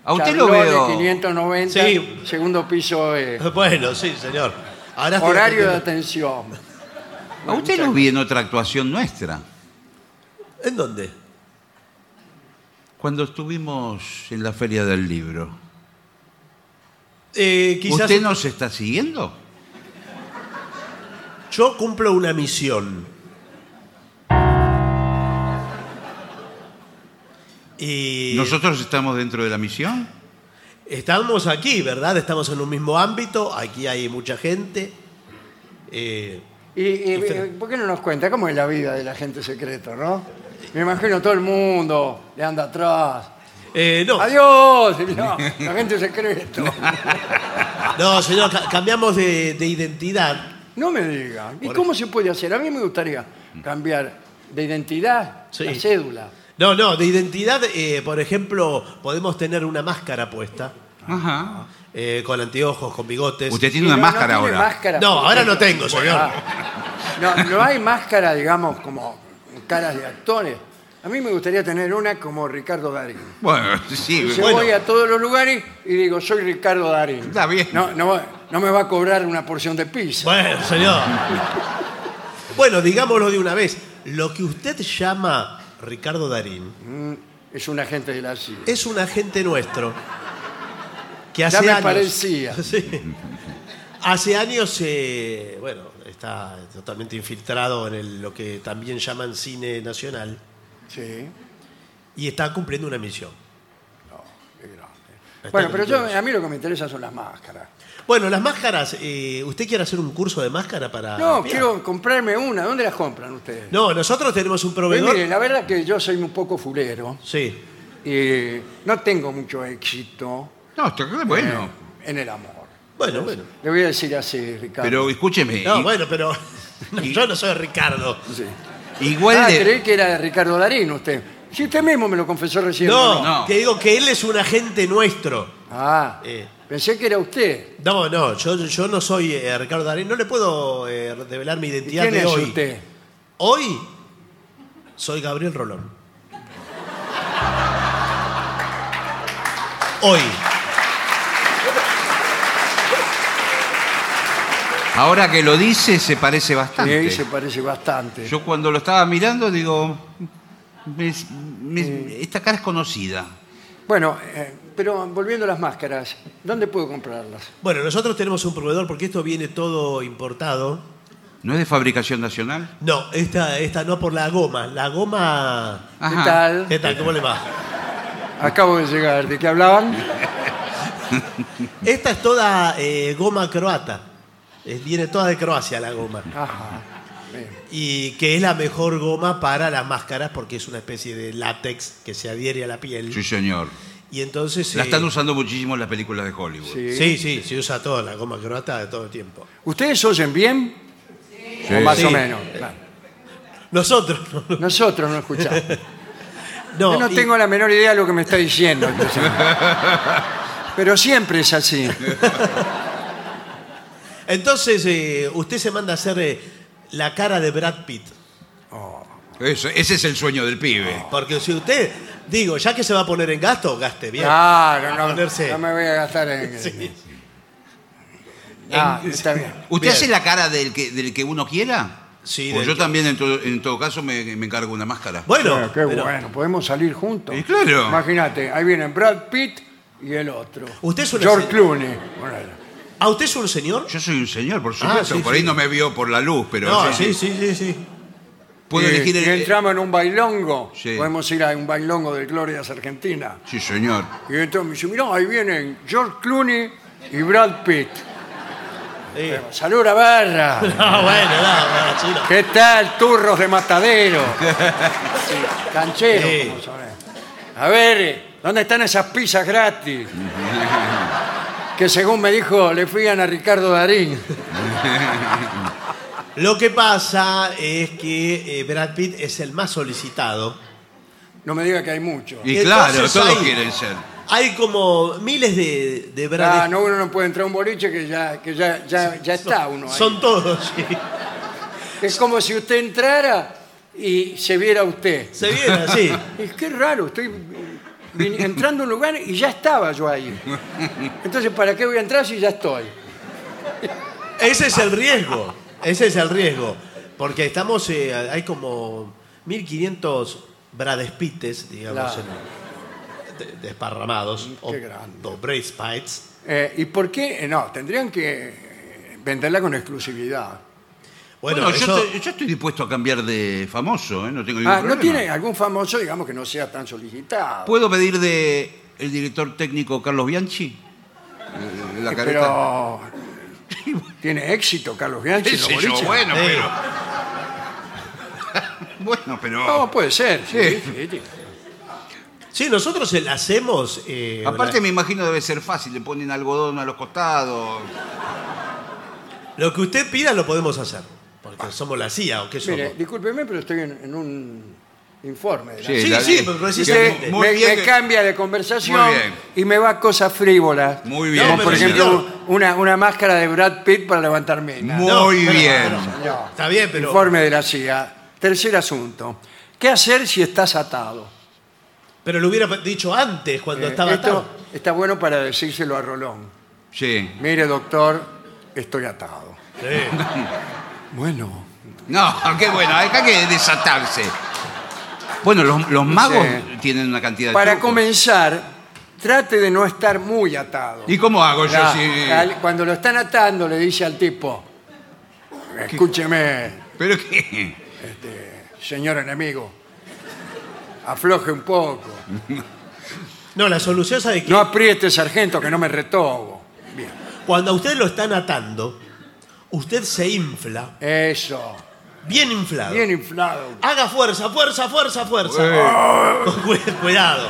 S3: A usted lo
S2: Charlot
S3: veo.
S2: de 590,
S4: Sí.
S2: segundo piso, eh,
S4: Bueno, sí, señor. Ahora estoy
S2: horario de
S4: atendiendo-
S2: atención.
S3: A usted lo vi en otra actuación nuestra.
S4: ¿En dónde?
S3: Cuando estuvimos en la Feria del Libro.
S4: Eh, quizás
S3: ¿Usted nos está siguiendo?
S4: yo cumplo una misión. Y
S3: ¿Nosotros estamos dentro de la misión?
S4: estamos aquí, ¿verdad? Estamos en un mismo ámbito, aquí hay mucha gente. Eh,
S2: Y, y,
S4: Usted-
S2: eh, ¿Por qué no nos cuenta cómo es la vida del agente secreto, no? Me imagino todo el mundo le anda atrás.
S4: eh, no,
S2: Adiós, no, la gente secreto.
S4: no, señor, ca- cambiamos de, de identidad.
S2: No me diga. ¿Y cómo se puede hacer? A mí me gustaría cambiar de identidad
S4: Sí.
S2: la cédula.
S4: No, no, de identidad, eh, por ejemplo, podemos tener una máscara puesta,
S3: Ajá.
S4: eh, con anteojos, con bigotes.
S3: Usted tiene
S2: Y
S3: una
S2: no- no
S3: máscara
S2: tiene
S3: ahora.
S2: máscara.
S4: No, ahora no tengo, señor.
S2: Ah. No, no hay máscara, digamos, como caras de actores. A mí me gustaría tener una como Ricardo Darín.
S3: Bueno, sí.
S2: Yo
S4: Bueno.
S2: voy a todos los lugares y digo, soy Ricardo Darín.
S3: Está bien.
S2: No, no, no me va a cobrar una porción de pizza.
S4: Bueno, señor. Bueno, digámoslo de una vez. Lo que usted llama Ricardo Darín
S2: Es un agente de la CIA.
S4: es un agente nuestro que hace
S2: Ya me
S4: años.
S2: parecía.
S4: Sí. Hace años, eh, bueno, está totalmente infiltrado en el- lo que también llaman cine nacional.
S2: Sí.
S4: y está cumpliendo una misión.
S2: Qué grande.
S4: Está
S2: Bueno, pero yo,
S4: tranquilo.
S2: a mí lo que me interesa son las máscaras.
S4: Bueno, las máscaras, eh, ¿usted quiere hacer un curso de máscara
S3: Ah,
S4: para.?
S2: No,
S4: espiar?
S2: quiero comprarme una. ¿Dónde las compran ustedes?
S4: No, nosotros tenemos un
S2: Pues
S4: proveedor.
S2: mire, la verdad que yo soy un poco fulero.
S4: Sí.
S2: y no tengo mucho éxito
S3: No, está claro, bueno.
S2: eh, en el amor.
S4: Bueno, bueno.
S2: Le voy a decir así, Ricardo.
S3: Pero escúcheme.
S4: No,
S3: i-
S4: bueno, pero. no, yo no soy Ricardo.
S2: Sí.
S3: Igual
S2: ah,
S3: de-
S2: creí que era Ricardo Darín usted. Si usted mismo me lo confesó recién.
S4: No,
S3: no.
S4: que digo que él es un agente nuestro.
S2: Ah,
S4: Eh.
S2: pensé que era usted.
S4: No, no, yo, yo no soy eh, Ricardo Darín, no le puedo eh, revelar mi
S2: ¿Y
S4: identidad
S2: ¿Quién
S4: de
S2: es
S4: hoy.
S2: usted?
S4: Hoy soy Gabriel Rolón. Hoy.
S3: ahora que lo dice, se parece
S2: Y
S3: bastante.
S2: ahí se parece bastante.
S3: Yo cuando lo estaba mirando, digo. me- me- esta cara es conocida.
S2: Bueno, eh, pero volviendo a las máscaras, ¿dónde puedo comprarlas?
S4: Bueno, nosotros tenemos un proveedor porque esto viene todo importado.
S3: ¿No es de fabricación nacional?
S4: No, esta, esta no por la goma. La goma.
S3: Ajá.
S2: ¿Qué tal?
S4: ¿Qué tal? ¿Cómo le va?
S2: Acabo de llegar. ¿De qué hablaban?
S4: Esta es toda eh, goma croata. Eh, viene toda de Croacia la goma.
S2: Ajá. Bien.
S4: Y que es la mejor goma para las máscaras porque es una especie de látex que se adhiere a la piel.
S3: Sí, señor.
S4: Y entonces.
S3: La
S4: eh,
S3: están usando muchísimo en las películas de Hollywood.
S2: Sí.
S4: Sí, sí, se usa toda la goma croata de todo el tiempo.
S2: ¿Ustedes oyen bien? O más
S4: Sí. Eh.
S2: o menos. Claro.
S4: Nosotros.
S2: Nosotros no escuchamos.
S4: No,
S2: Yo no
S4: y-
S2: tengo la menor idea de lo que me está diciendo. entonces. Pero siempre es así.
S4: Entonces, eh, usted se manda a hacer eh, la cara de Brad Pitt.
S3: Eso- ese es el sueño del pibe.
S4: Porque si usted, digo, ya que se va a poner en gasto, gaste bien.
S2: Ah, Claro, no,
S4: Ponerse.
S2: no me voy a gastar en...
S4: Sí.
S2: Ah, está bien.
S3: ¿Usted
S4: Bien.
S3: hace la cara del que, del que uno quiera?
S4: Sí,
S3: Pues
S4: del
S3: yo
S4: que-
S3: también, en todo, en todo caso, me, me encargo una máscara.
S4: Bueno,
S2: Claro, qué
S4: pero
S2: bueno, podemos salir juntos.
S3: Y claro.
S2: Imagínate, ahí vienen Brad Pitt y el otro.
S4: Usted es una
S2: George
S4: se-
S2: Clooney. Bueno,
S4: ¿a usted es un señor?
S3: Yo soy un señor, por supuesto.
S4: Ah, sí,
S3: por
S4: sí.
S3: ahí no me vio por la luz, pero
S4: No,
S3: sí,
S4: sí, Eh, sí, sí, sí.
S3: puedo
S2: y-
S3: elegir
S2: y
S3: el...
S2: entramos en un bailongo.
S3: Sí.
S2: Podemos ir a un bailongo de Glorias Argentina.
S3: Sí, señor.
S2: Y entonces me dice, mirá, ahí vienen George Clooney y Brad Pitt.
S4: Eh,
S2: Salud a barra.
S4: No, bueno, no, no, chino.
S2: ¿Qué tal, turros de matadero? Sí, canchero,
S4: Sí.
S2: como sabés. A ver, ¿dónde están esas pizzas gratis? Que según me dijo, le fían a Ricardo Darín.
S4: Lo que pasa es que eh, Brad Pitt es el más solicitado.
S2: No me diga que hay mucho.
S3: Y
S4: Entonces
S3: claro, todos
S4: hay-
S3: quieren ser.
S4: Hay como miles de, de Brad
S2: Ah, no, uno no puede entrar a un boliche que ya, que ya, ya, ya está uno ahí.
S4: Son todos, sí.
S2: Es como si usted entrara y se viera usted.
S4: Se viene así.
S2: Es que raro, estoy vin- entrando a un lugar y ya estaba yo ahí. Entonces, ¿para qué voy a entrar si ya estoy?
S4: Ese es el riesgo. Ese es el riesgo. Porque estamos, eh, hay como 1500 bradespites, digamos,
S2: Claro. Mm,
S4: en- de- desparramados. o,
S2: grande.
S4: o bradespites.
S2: Eh, ¿Y por qué? Eh, No, tendrían que eh, venderla con exclusividad.
S4: Bueno,
S3: Bueno,
S4: eso-
S3: yo, estoy, yo estoy dispuesto a cambiar de famoso, ¿eh? no tengo ningún
S2: Ah, ¿no
S3: problema.
S2: tiene algún famoso, digamos, que no sea tan solicitado?
S3: ¿Puedo pedir de el director técnico Carlos Bianchi? Eh, La careta.
S2: Pero... ¿Tiene éxito Carlos Bianchi?
S3: Qué
S2: en los
S3: sé yo,
S2: boliches?
S3: bueno,
S4: Sí.
S3: pero. bueno, pero.
S2: No, puede ser. sí,
S3: Sí.
S2: sí, sí.
S4: sí, nosotros se la hacemos. eh,
S3: Aparte
S4: bra-
S3: me imagino debe ser fácil, le ponen algodón a los costados.
S4: Lo que usted pida lo podemos hacer. Porque somos la CIA o qué somos.
S2: Mire, discúlpeme, pero estoy en, en un informe. de la-
S4: Sí, sí, pero
S2: Usted
S4: precisamente.
S3: que- Muy
S2: me,
S3: bien.
S2: me
S3: que-
S2: cambia de conversación
S3: Muy bien.
S2: y me va a cosas frívolas.
S3: Muy bien,
S2: Como por
S4: pero
S2: ejemplo
S4: señor.
S2: una, una máscara de Brad Pitt para levantar minas.
S3: Muy
S4: No, pero-
S3: bien.
S2: Señor.
S4: Está bien, pero.
S2: Informe de la CIA. Tercer asunto. ¿Qué hacer si estás atado?
S4: Pero lo hubiera dicho antes, cuando
S2: Eh,
S4: estaba
S2: esto
S4: atado.
S2: está bueno para decírselo a Rolón.
S3: Sí.
S2: Mire, doctor, estoy atado.
S4: Sí.
S2: Bueno.
S3: No, qué bueno, acá hay que desatarse. Bueno, los, los magos
S2: Sí.
S3: tienen una cantidad de
S2: Para
S3: trucos.
S2: comenzar, trate de no estar muy atado.
S3: ¿Y cómo hago yo
S2: Ya,
S3: si...?
S2: al- Cuando lo están atando, le dice al tipo: Escúcheme,
S3: ¿Pero qué?
S2: señor enemigo. afloje un poco.
S4: No, la solución sabe que
S2: No apriete, sargento, que no me retobo. Bien.
S4: cuando a usted lo están atando, usted se infla,
S2: Eso.
S4: bien inflado.
S2: Bien inflado.
S4: Haga fuerza, fuerza, fuerza, fuerza.
S2: Eh.
S4: Con cu- Cuidado.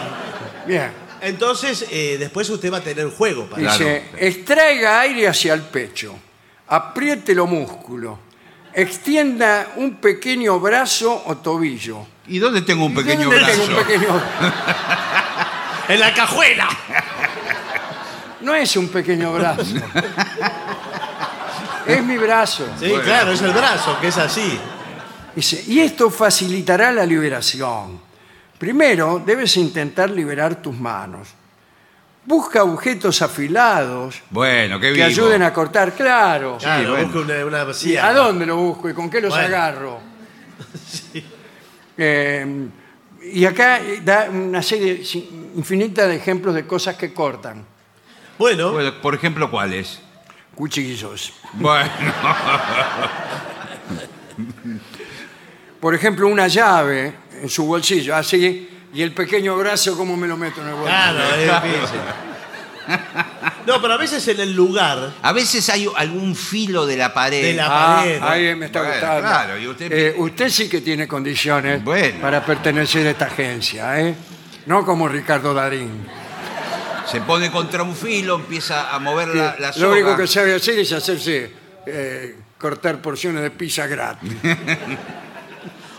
S2: Bien.
S4: Entonces, eh, después usted va a tener juego para.
S2: Dice, extraiga aire hacia el pecho, apriete los músculos, extienda un pequeño brazo o tobillo.
S3: ¿Y dónde tengo un pequeño
S2: ¿Dónde
S3: brazo?
S2: tengo un pequeño-
S4: ¡En la cajuela!
S2: No es un pequeño brazo. es mi brazo.
S4: Sí, claro, es el brazo, que es así.
S2: Dice, y esto facilitará la liberación. Primero, debes intentar liberar tus manos. Busca objetos afilados
S3: Bueno, qué
S2: que
S3: vivo.
S2: ayuden a cortar, claro.
S4: Claro,
S3: bueno.
S4: busca una, una
S2: ¿Y
S4: sierra.
S2: a dónde lo busco y con qué los
S4: Bueno.
S2: agarro? Eh, y acá da una serie sin- infinita de ejemplos de cosas que cortan.
S4: Bueno,
S3: Bueno, por ejemplo, ¿cuáles?
S2: Cuchillos.
S3: Bueno,
S2: Por ejemplo, una llave en su bolsillo, así, y el pequeño brazo, ¿cómo me lo meto en el bolsillo?
S4: claro, es difícil. No, pero a veces en el lugar
S3: a veces hay algún filo de la pared.
S4: de la
S2: Ah,
S4: pared.
S2: ahí me está
S3: Bueno,
S2: gustando.
S3: claro, y usted-
S2: Eh, usted sí que tiene condiciones
S3: Bueno.
S2: para pertenecer a esta agencia, ¿eh? No como Ricardo Darín.
S3: Se pone contra un filo, empieza a mover la, la soga.
S2: Lo único que sabe hacer es hacerse eh, cortar porciones de pizza gratis.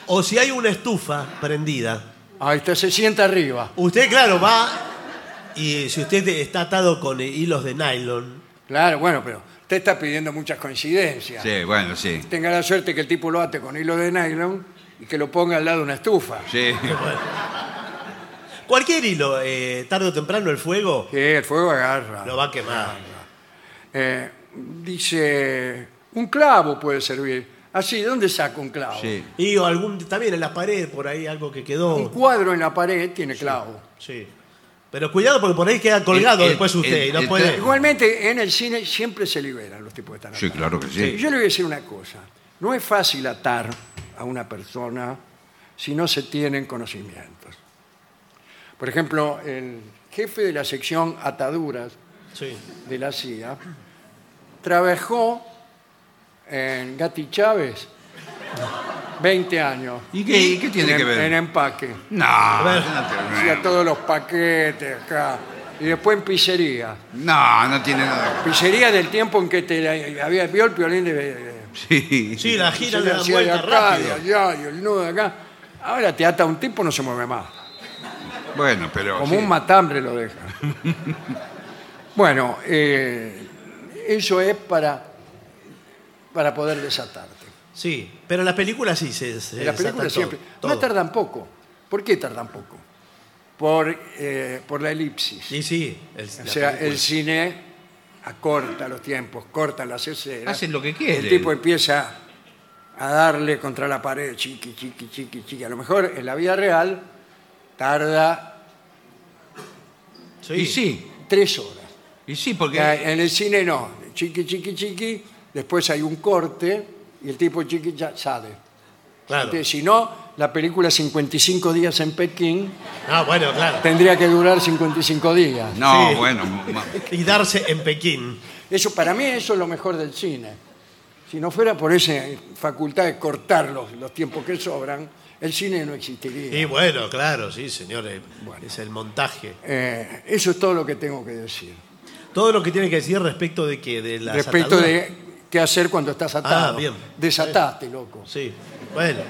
S4: O si hay una estufa prendida,
S2: Ahí está, se sienta arriba.
S4: usted, claro, va y si usted está atado con eh, hilos de nylon,
S2: Claro, bueno, pero usted está pidiendo muchas coincidencias.
S3: Sí, bueno, sí.
S2: Tenga la suerte que el tipo lo ate con hilo de nylon y que lo ponga al lado de una estufa.
S3: Sí.
S4: cualquier hilo, eh, tarde o temprano el fuego
S2: Sí, el fuego agarra.
S4: lo va a quemar.
S2: Eh, dice, un clavo puede servir. Así, ¿dónde saco un clavo?
S3: Sí.
S4: Y o algún, también en la pared, por ahí algo que
S2: Un
S4: quedó.
S2: cuadro en la pared tiene clavo.
S4: Sí. Pero cuidado porque por ahí queda colgado
S3: El- el-
S4: después usted
S3: el-
S4: y no
S3: el-
S4: puede.
S2: Igualmente, en el cine siempre se liberan los tipos de estar
S3: Sí,
S2: atados.
S3: claro que sí.
S2: Yo le voy a decir una cosa. No es fácil atar a una persona si no se tienen conocimientos. Por ejemplo, el jefe de la sección ataduras
S4: Sí.
S2: de la CIA trabajó en Gati Chávez 20 años.
S3: ¿Y qué, y qué tiene
S2: en, em-
S3: que ver?
S2: En empaque.
S3: No,
S4: Bueno.
S3: no tiene-
S2: Hacía todos los paquetes acá. Y después en pizzería.
S3: no, no tiene nada.
S2: Pizzería del tiempo en que te la- había vio el piolín de- de
S3: Sí.
S4: Sí, la
S2: se
S4: gira
S2: le
S4: le dan
S2: hacía de
S4: vuelta
S2: acá, de
S4: rápido.
S2: allá, y el nudo de acá. Ahora te ata un tipo, no se mueve más.
S3: Bueno, pero.
S2: Como
S3: sí.
S2: un matambre lo deja. bueno, eh, eso es para, para poder desatarte.
S4: Sí, pero en las películas sí se, se
S2: En las
S4: desatan
S2: películas
S4: todo,
S2: siempre.
S4: todo.
S2: No tardan poco. ¿Por qué tardan poco? Por, eh, por la elipsis.
S4: Sí, sí. el-
S2: O
S4: la
S2: sea,
S4: película.
S2: el cine acorta los tiempos, corta las escenas.
S3: Hacen lo que quieren.
S2: El tipo empieza a darle contra la pared, chiqui, chiqui, chiqui, chiqui. A lo mejor en la vida real tarda
S4: Sí.
S3: Y sí,
S2: tres horas.
S3: y sí, porque.
S2: En el cine no, chiqui, chiqui, chiqui, después hay un corte y el tipo chiqui ya sale.
S4: Claro.
S2: Entonces, Si no, la película 55 días en Pekín
S4: Ah, bueno, claro.
S2: tendría que durar 55 días.
S3: No,
S4: sí.
S3: bueno. ma-
S4: Y darse en Pekín.
S2: Eso para mí eso es lo mejor del cine. Si no fuera por esa facultad de cortar los, los tiempos que sobran, el cine no existiría.
S4: Y bueno, claro, sí, señores. Es el montaje.
S2: Eh, eso es todo lo que tengo que decir.
S4: Todo lo que tiene que decir respecto de que de las
S2: Respecto
S4: ataduras.
S2: de qué hacer cuando estás atado.
S4: Ah, bien.
S2: Desatate, loco.
S4: Sí. Bueno.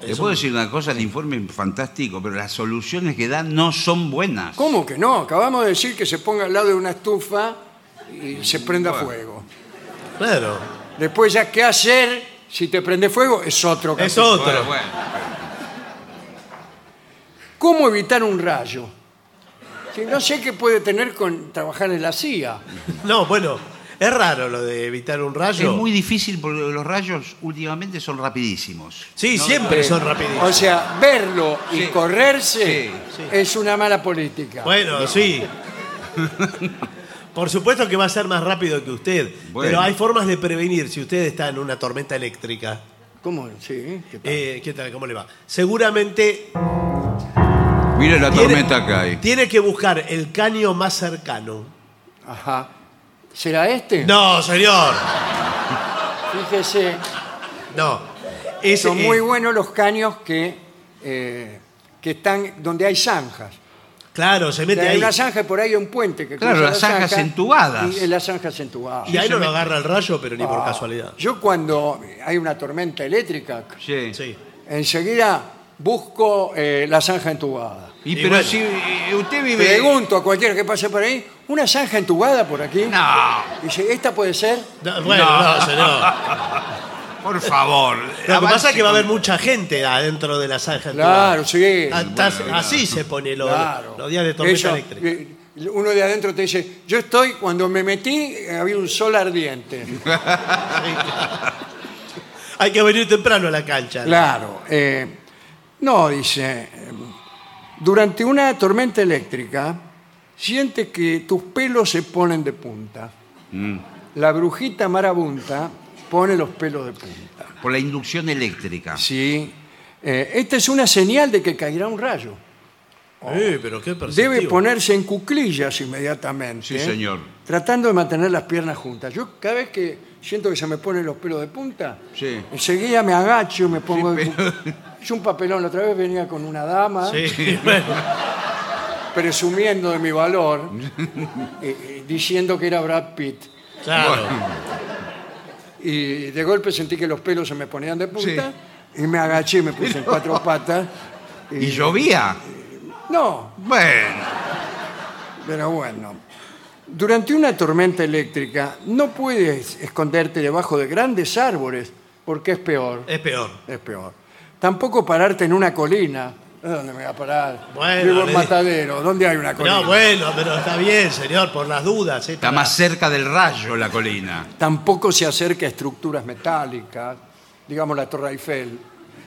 S3: Le
S4: es
S3: puedo
S4: un-
S3: decir una cosa, el informe es fantástico, pero las soluciones que dan no son buenas.
S2: ¿Cómo que no? Acabamos de decir que se ponga al lado de una estufa y
S4: Mm,
S2: se prenda fuego.
S4: Claro.
S2: Después ya qué hacer si te prende fuego es otro
S4: Es
S2: capítulo.
S4: otro.
S3: Bueno, bueno.
S2: ¿Cómo evitar un rayo? Si no sé qué puede tener con trabajar en la CIA.
S4: No, bueno. Es raro lo de evitar un rayo.
S3: Es muy difícil porque los rayos últimamente son rapidísimos.
S4: Sí,
S3: eh,
S4: siempre son
S2: O
S4: rapidísimos.
S2: sea, verlo y
S3: Sí.
S2: correrse
S3: Sí,
S4: sí.
S2: es una mala política.
S4: Bueno, sí. Por supuesto que va a ser más rápido que usted.
S3: Bueno.
S4: Pero hay formas de prevenir si usted está en una tormenta eléctrica.
S2: ¿Cómo? Sí, ¿qué tal?
S4: Eh, ¿Qué tal? ¿Cómo le va? Seguramente
S3: Mire la
S4: Tiene-
S3: tormenta que hay.
S4: Tiene que buscar el caño más cercano.
S2: Ajá. ¿Será este?
S4: No, señor.
S2: Fíjese,
S4: No. Es,
S2: son
S4: eh,
S2: muy buenos los caños que, eh, que están donde hay zanjas.
S4: Claro, se mete
S2: hay
S4: ahí.
S2: una zanja y por ahí hay un puente que
S3: Claro,
S2: cruza
S3: las
S2: la
S3: zanjas
S2: zanja,
S3: entubadas.
S2: Y, eh, las zanjas entubadas.
S4: Y ahí no lo agarra el rayo, pero ni
S2: Ah.
S4: por casualidad.
S2: Yo cuando hay una tormenta eléctrica,
S3: Sí.
S4: Sí.
S2: enseguida busco eh, la zanja entubada.
S3: Y,
S4: Y
S3: pero
S4: bueno.
S3: si eh, usted vive.
S2: Pregunto a cualquiera que pase por ahí, ¿una zanja entubada por aquí?
S3: No,
S2: Dice, ¿esta puede ser?
S4: No, bueno, no, señor.
S3: por favor.
S4: Lo que pasa es que va a haber
S3: mucho.
S4: mucha gente adentro de la zanja.
S2: Claro, sí.
S4: Ah, estás- así se pone lo,
S2: Claro.
S4: los días de tormenta
S2: Eso,
S4: eléctrica.
S2: eh, Uno de adentro te dice, yo estoy, cuando me metí eh, había un sol ardiente.
S4: Hay que venir temprano a la cancha.
S2: Claro. eh, no, dice, eh, durante una tormenta eléctrica sientes que tus pelos se ponen de punta. Mm. La brujita marabunta pone los pelos de punta.
S3: Por la inducción eléctrica.
S2: Sí. Eh, esta es una señal de que caerá un rayo.
S4: Eh, pero qué perceptivo.
S2: Debe ponerse en cuclillas inmediatamente. ¿eh?
S3: Sí, señor.
S2: Tratando de mantener las piernas juntas. Yo cada vez que siento que se me ponen los pelos de punta,
S3: Sí.
S2: enseguida me agacho y me pongo...
S3: Sí,
S2: en
S3: pero-
S2: cuc- Es un papelón. La otra vez venía con una dama,
S4: Sí, bueno,
S2: presumiendo de mi valor, eh, eh, diciendo que era Brad Pitt.
S4: claro.
S2: Y de golpe sentí que los pelos se me ponían de punta y me agaché, me puse en cuatro patas.
S3: Y llovía.
S2: No,
S3: Bueno.
S2: Pero bueno, durante una tormenta eléctrica no puedes esconderte debajo de grandes árboles, porque es peor,
S4: Es peor.
S2: es peor. Tampoco pararte en una colina. ¿A ¿Dónde me voy a parar?
S4: Bueno,
S2: Vivo en
S4: le-
S2: Matadero, ¿dónde hay una colina?
S4: No, bueno, pero está bien, señor, por las dudas. eh,
S3: Está
S4: para-
S3: más cerca del rayo la colina.
S2: Tampoco se acerca a estructuras metálicas, digamos la Torre Eiffel.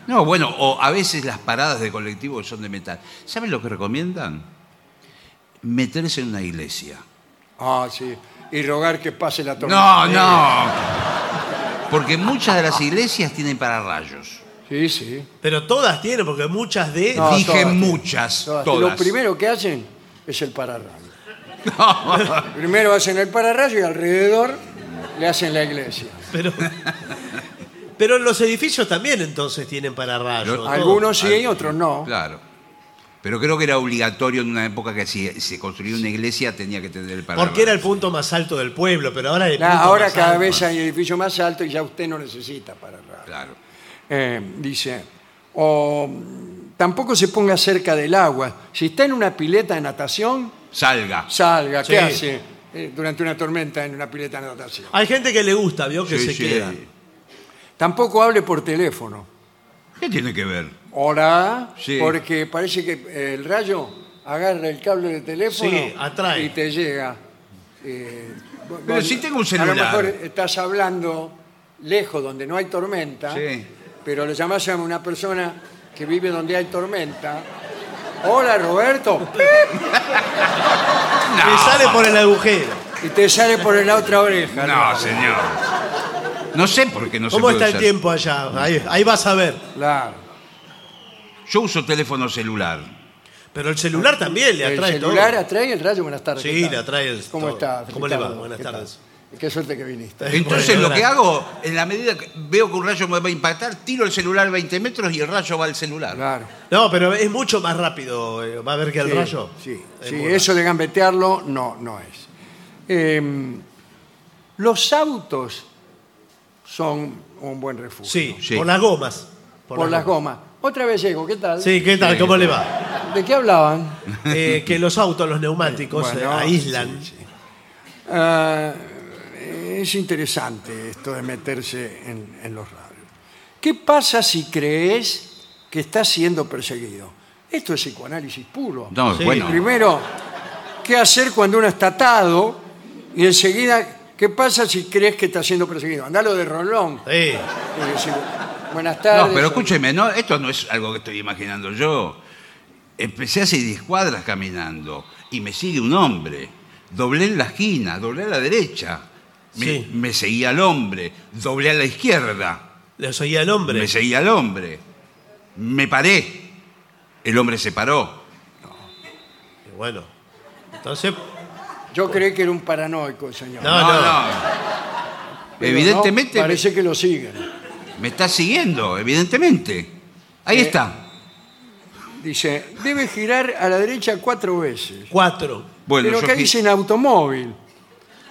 S3: No, bueno, o a veces las paradas de colectivo son de metal. ¿Saben lo que recomiendan? Meterse en una iglesia.
S2: Ah, sí. Y rogar que pase la tormenta.
S3: No, no. Porque muchas de las iglesias tienen pararrayos.
S2: Sí, sí.
S4: Pero todas tienen, porque muchas de...
S2: No,
S3: Dije
S2: todas tienen.
S3: muchas,
S2: Todas.
S3: todas.
S2: Lo primero que hacen es el pararrayo. Primero hacen el pararrayo y alrededor le hacen la iglesia.
S4: Pero, pero los edificios también entonces tienen pararrayos.
S3: Pero-
S4: todo.
S2: Algunos sí, otros no.
S3: Claro. Pero creo que era obligatorio en una época que si se construía una iglesia tenía que tener el pararrayo.
S4: Porque era el punto más alto del pueblo, pero ahora... es el
S2: Claro,
S4: punto
S2: ahora
S4: más
S2: cada
S4: alto.
S2: vez hay edificios más altos y ya usted no necesita pararrayo.
S3: Claro.
S2: Eh, dice, o mm, tampoco se ponga cerca del agua. Si está en una pileta de natación,
S3: Salga.
S2: salga. ¿Qué
S4: Sí.
S2: hace eh, durante una tormenta en una pileta de natación?
S4: Hay gente que le gusta, vio, que
S3: Sí,
S4: se
S3: sí.
S4: queda.
S2: Tampoco hable por teléfono.
S3: ¿Qué tiene que ver?
S2: Hola,
S3: Sí.
S2: porque parece que eh, el rayo agarra el cable de teléfono
S4: Sí, atrae.
S2: y te llega. Eh, vos-
S3: Pero
S2: vos-
S3: si tengo un
S2: A lo
S3: celular.
S2: mejor estás hablando lejos donde no hay tormenta,
S3: Sí.
S2: pero le llamás a una persona que vive donde hay tormenta. Hola Roberto,
S4: Que sale por el agujero.
S2: y te sale por la otra oreja.
S3: No, señor. No sé por qué no se
S4: ¿Cómo
S3: puede
S4: está el
S3: usar.
S4: tiempo allá? Ahí, ahí vas a ver.
S2: Claro.
S3: Yo uso teléfono celular.
S4: Pero el celular también le
S2: El
S4: atrae
S2: celular
S4: todo.
S2: atrae el rayo, buenas tardes.
S4: Sí,
S2: ¿qué tal?
S4: le atrae el-
S2: ¿Cómo
S4: todo.
S2: está?
S4: ¿Cómo le va?
S2: Ricardo?
S4: Buenas
S2: ¿Qué tal?
S4: tardes.
S2: Qué suerte que viniste.
S3: Entonces lo
S4: Bueno,
S3: que
S4: gracias.
S3: hago, en la medida que veo que un rayo me va a impactar, tiro el celular 20 metros y el rayo va al celular.
S2: Claro.
S4: No, pero es mucho más rápido. eh, Va a ver que el
S2: Sí,
S4: rayo.
S2: Sí,
S4: Es
S2: sí,
S4: muy
S2: eso de gambetearlo no, no es. Eh, los autos son un buen
S4: rápido.
S2: refugio.
S4: Sí,
S3: Sí.
S4: por las gomas.
S2: Por, las gomas. Otra vez llego, ¿qué tal?
S4: Sí, ¿qué tal?
S3: Sí.
S4: ¿Cómo le va?
S2: ¿De qué hablaban?
S4: Eh, que los autos, los neumáticos eh,
S2: Bueno,
S4: aíslan.
S2: Ah, es interesante esto de meterse en, en los radios. ¿Qué pasa si crees que estás siendo perseguido? Esto es psicoanálisis puro.
S3: No,
S4: Sí.
S3: bueno.
S2: Primero, ¿qué hacer cuando uno está atado? Y enseguida, ¿qué pasa si crees que está siendo perseguido? Andalo de rolón.
S4: Sí.
S2: y decir, Buenas
S3: No,
S2: tardes.
S3: pero escúcheme, no, esto no es algo que estoy imaginando yo. Empecé hace 10 cuadras caminando y me sigue un hombre. Doblé en la esquina, doblé a la derecha. Me,
S4: Sí.
S3: me seguía el hombre. Doblé a la izquierda.
S4: Le oía el hombre.
S3: Me seguía el hombre. Me paré. El hombre se paró.
S4: Bueno, entonces.
S2: Yo creí que era un paranoico el señor.
S4: No,
S3: No, no.
S2: Pero no,
S3: Evidentemente me-
S2: parece que lo siguen.
S3: me, está siguiendo, evidentemente. Ahí
S2: Eh.
S3: está.
S2: Dice, debe girar a la derecha cuatro veces.
S4: Cuatro.
S3: Bueno,
S2: Pero
S3: yo
S2: ¿qué
S3: qui-
S2: dice en automóvil?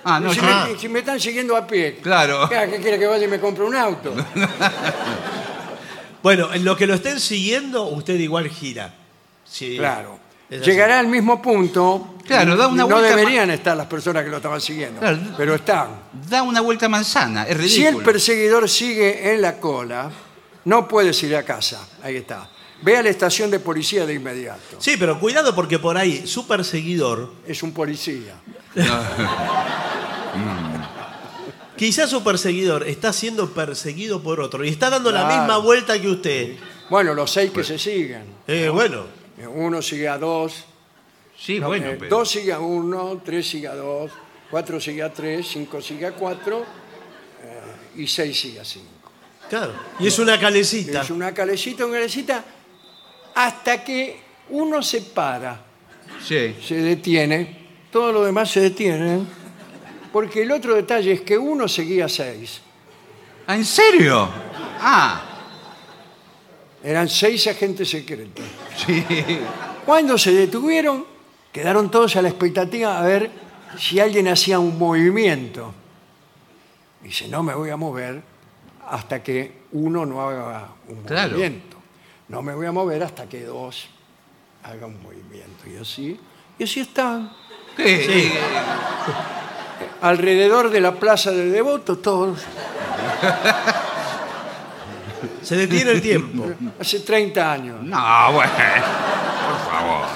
S3: Ah, no,
S2: si,
S3: yo-
S2: me, si me están siguiendo a pie. Ah,
S3: Claro.
S2: ¿Qué, qué quiere que vaya y me compre un auto?
S4: Bueno, en lo que lo estén siguiendo, usted igual gira. Sí.
S2: Claro.
S4: Es así.
S2: Llegará al mismo punto.
S3: Claro, da una
S2: no
S3: vuelta
S2: deberían estar las personas que lo estaban siguiendo,
S3: Claro.
S2: pero están.
S3: da una vuelta manzana, es
S2: Si
S3: ridículo.
S2: el perseguidor sigue en la cola, no puedes ir a casa. Ahí está. Ve a la estación de policía de inmediato.
S4: Sí, pero cuidado porque por ahí su perseguidor,
S2: Es un policía.
S4: quizás su perseguidor está siendo perseguido por otro y está dando la
S2: Claro.
S4: misma vuelta que usted.
S2: Bueno, los seis que se siguen.
S4: Eh, bueno,
S2: Uno sigue a dos,
S3: Sí,
S2: No,
S3: bueno,
S2: eh,
S3: pero-
S2: Dos sigue a uno, tres sigue a dos, cuatro sigue a tres, cinco sigue a cuatro eh, y seis sigue a cinco.
S4: claro. Y es una calecita.
S2: Es una calecita, una calecita, hasta que uno se para,
S3: Sí.
S2: se detiene, todos los demás se detienen, porque el otro detalle es que uno seguía seis.
S3: Ah, ¿En serio? Ah,
S2: Eran seis agentes secretos.
S3: sí.
S2: Cuando se detuvieron, quedaron todos a la expectativa a ver si alguien hacía un movimiento. Dice, no me voy a mover hasta que uno no haga un
S3: Claro.
S2: movimiento. No me voy a mover hasta que dos haga un movimiento. Y así, y así están.
S3: ¿Qué?
S4: Sí.
S2: Alrededor de la plaza de Devoto, todos.
S4: Se detiene el tiempo.
S2: Hace 30 años.
S3: No, bueno. Por favor.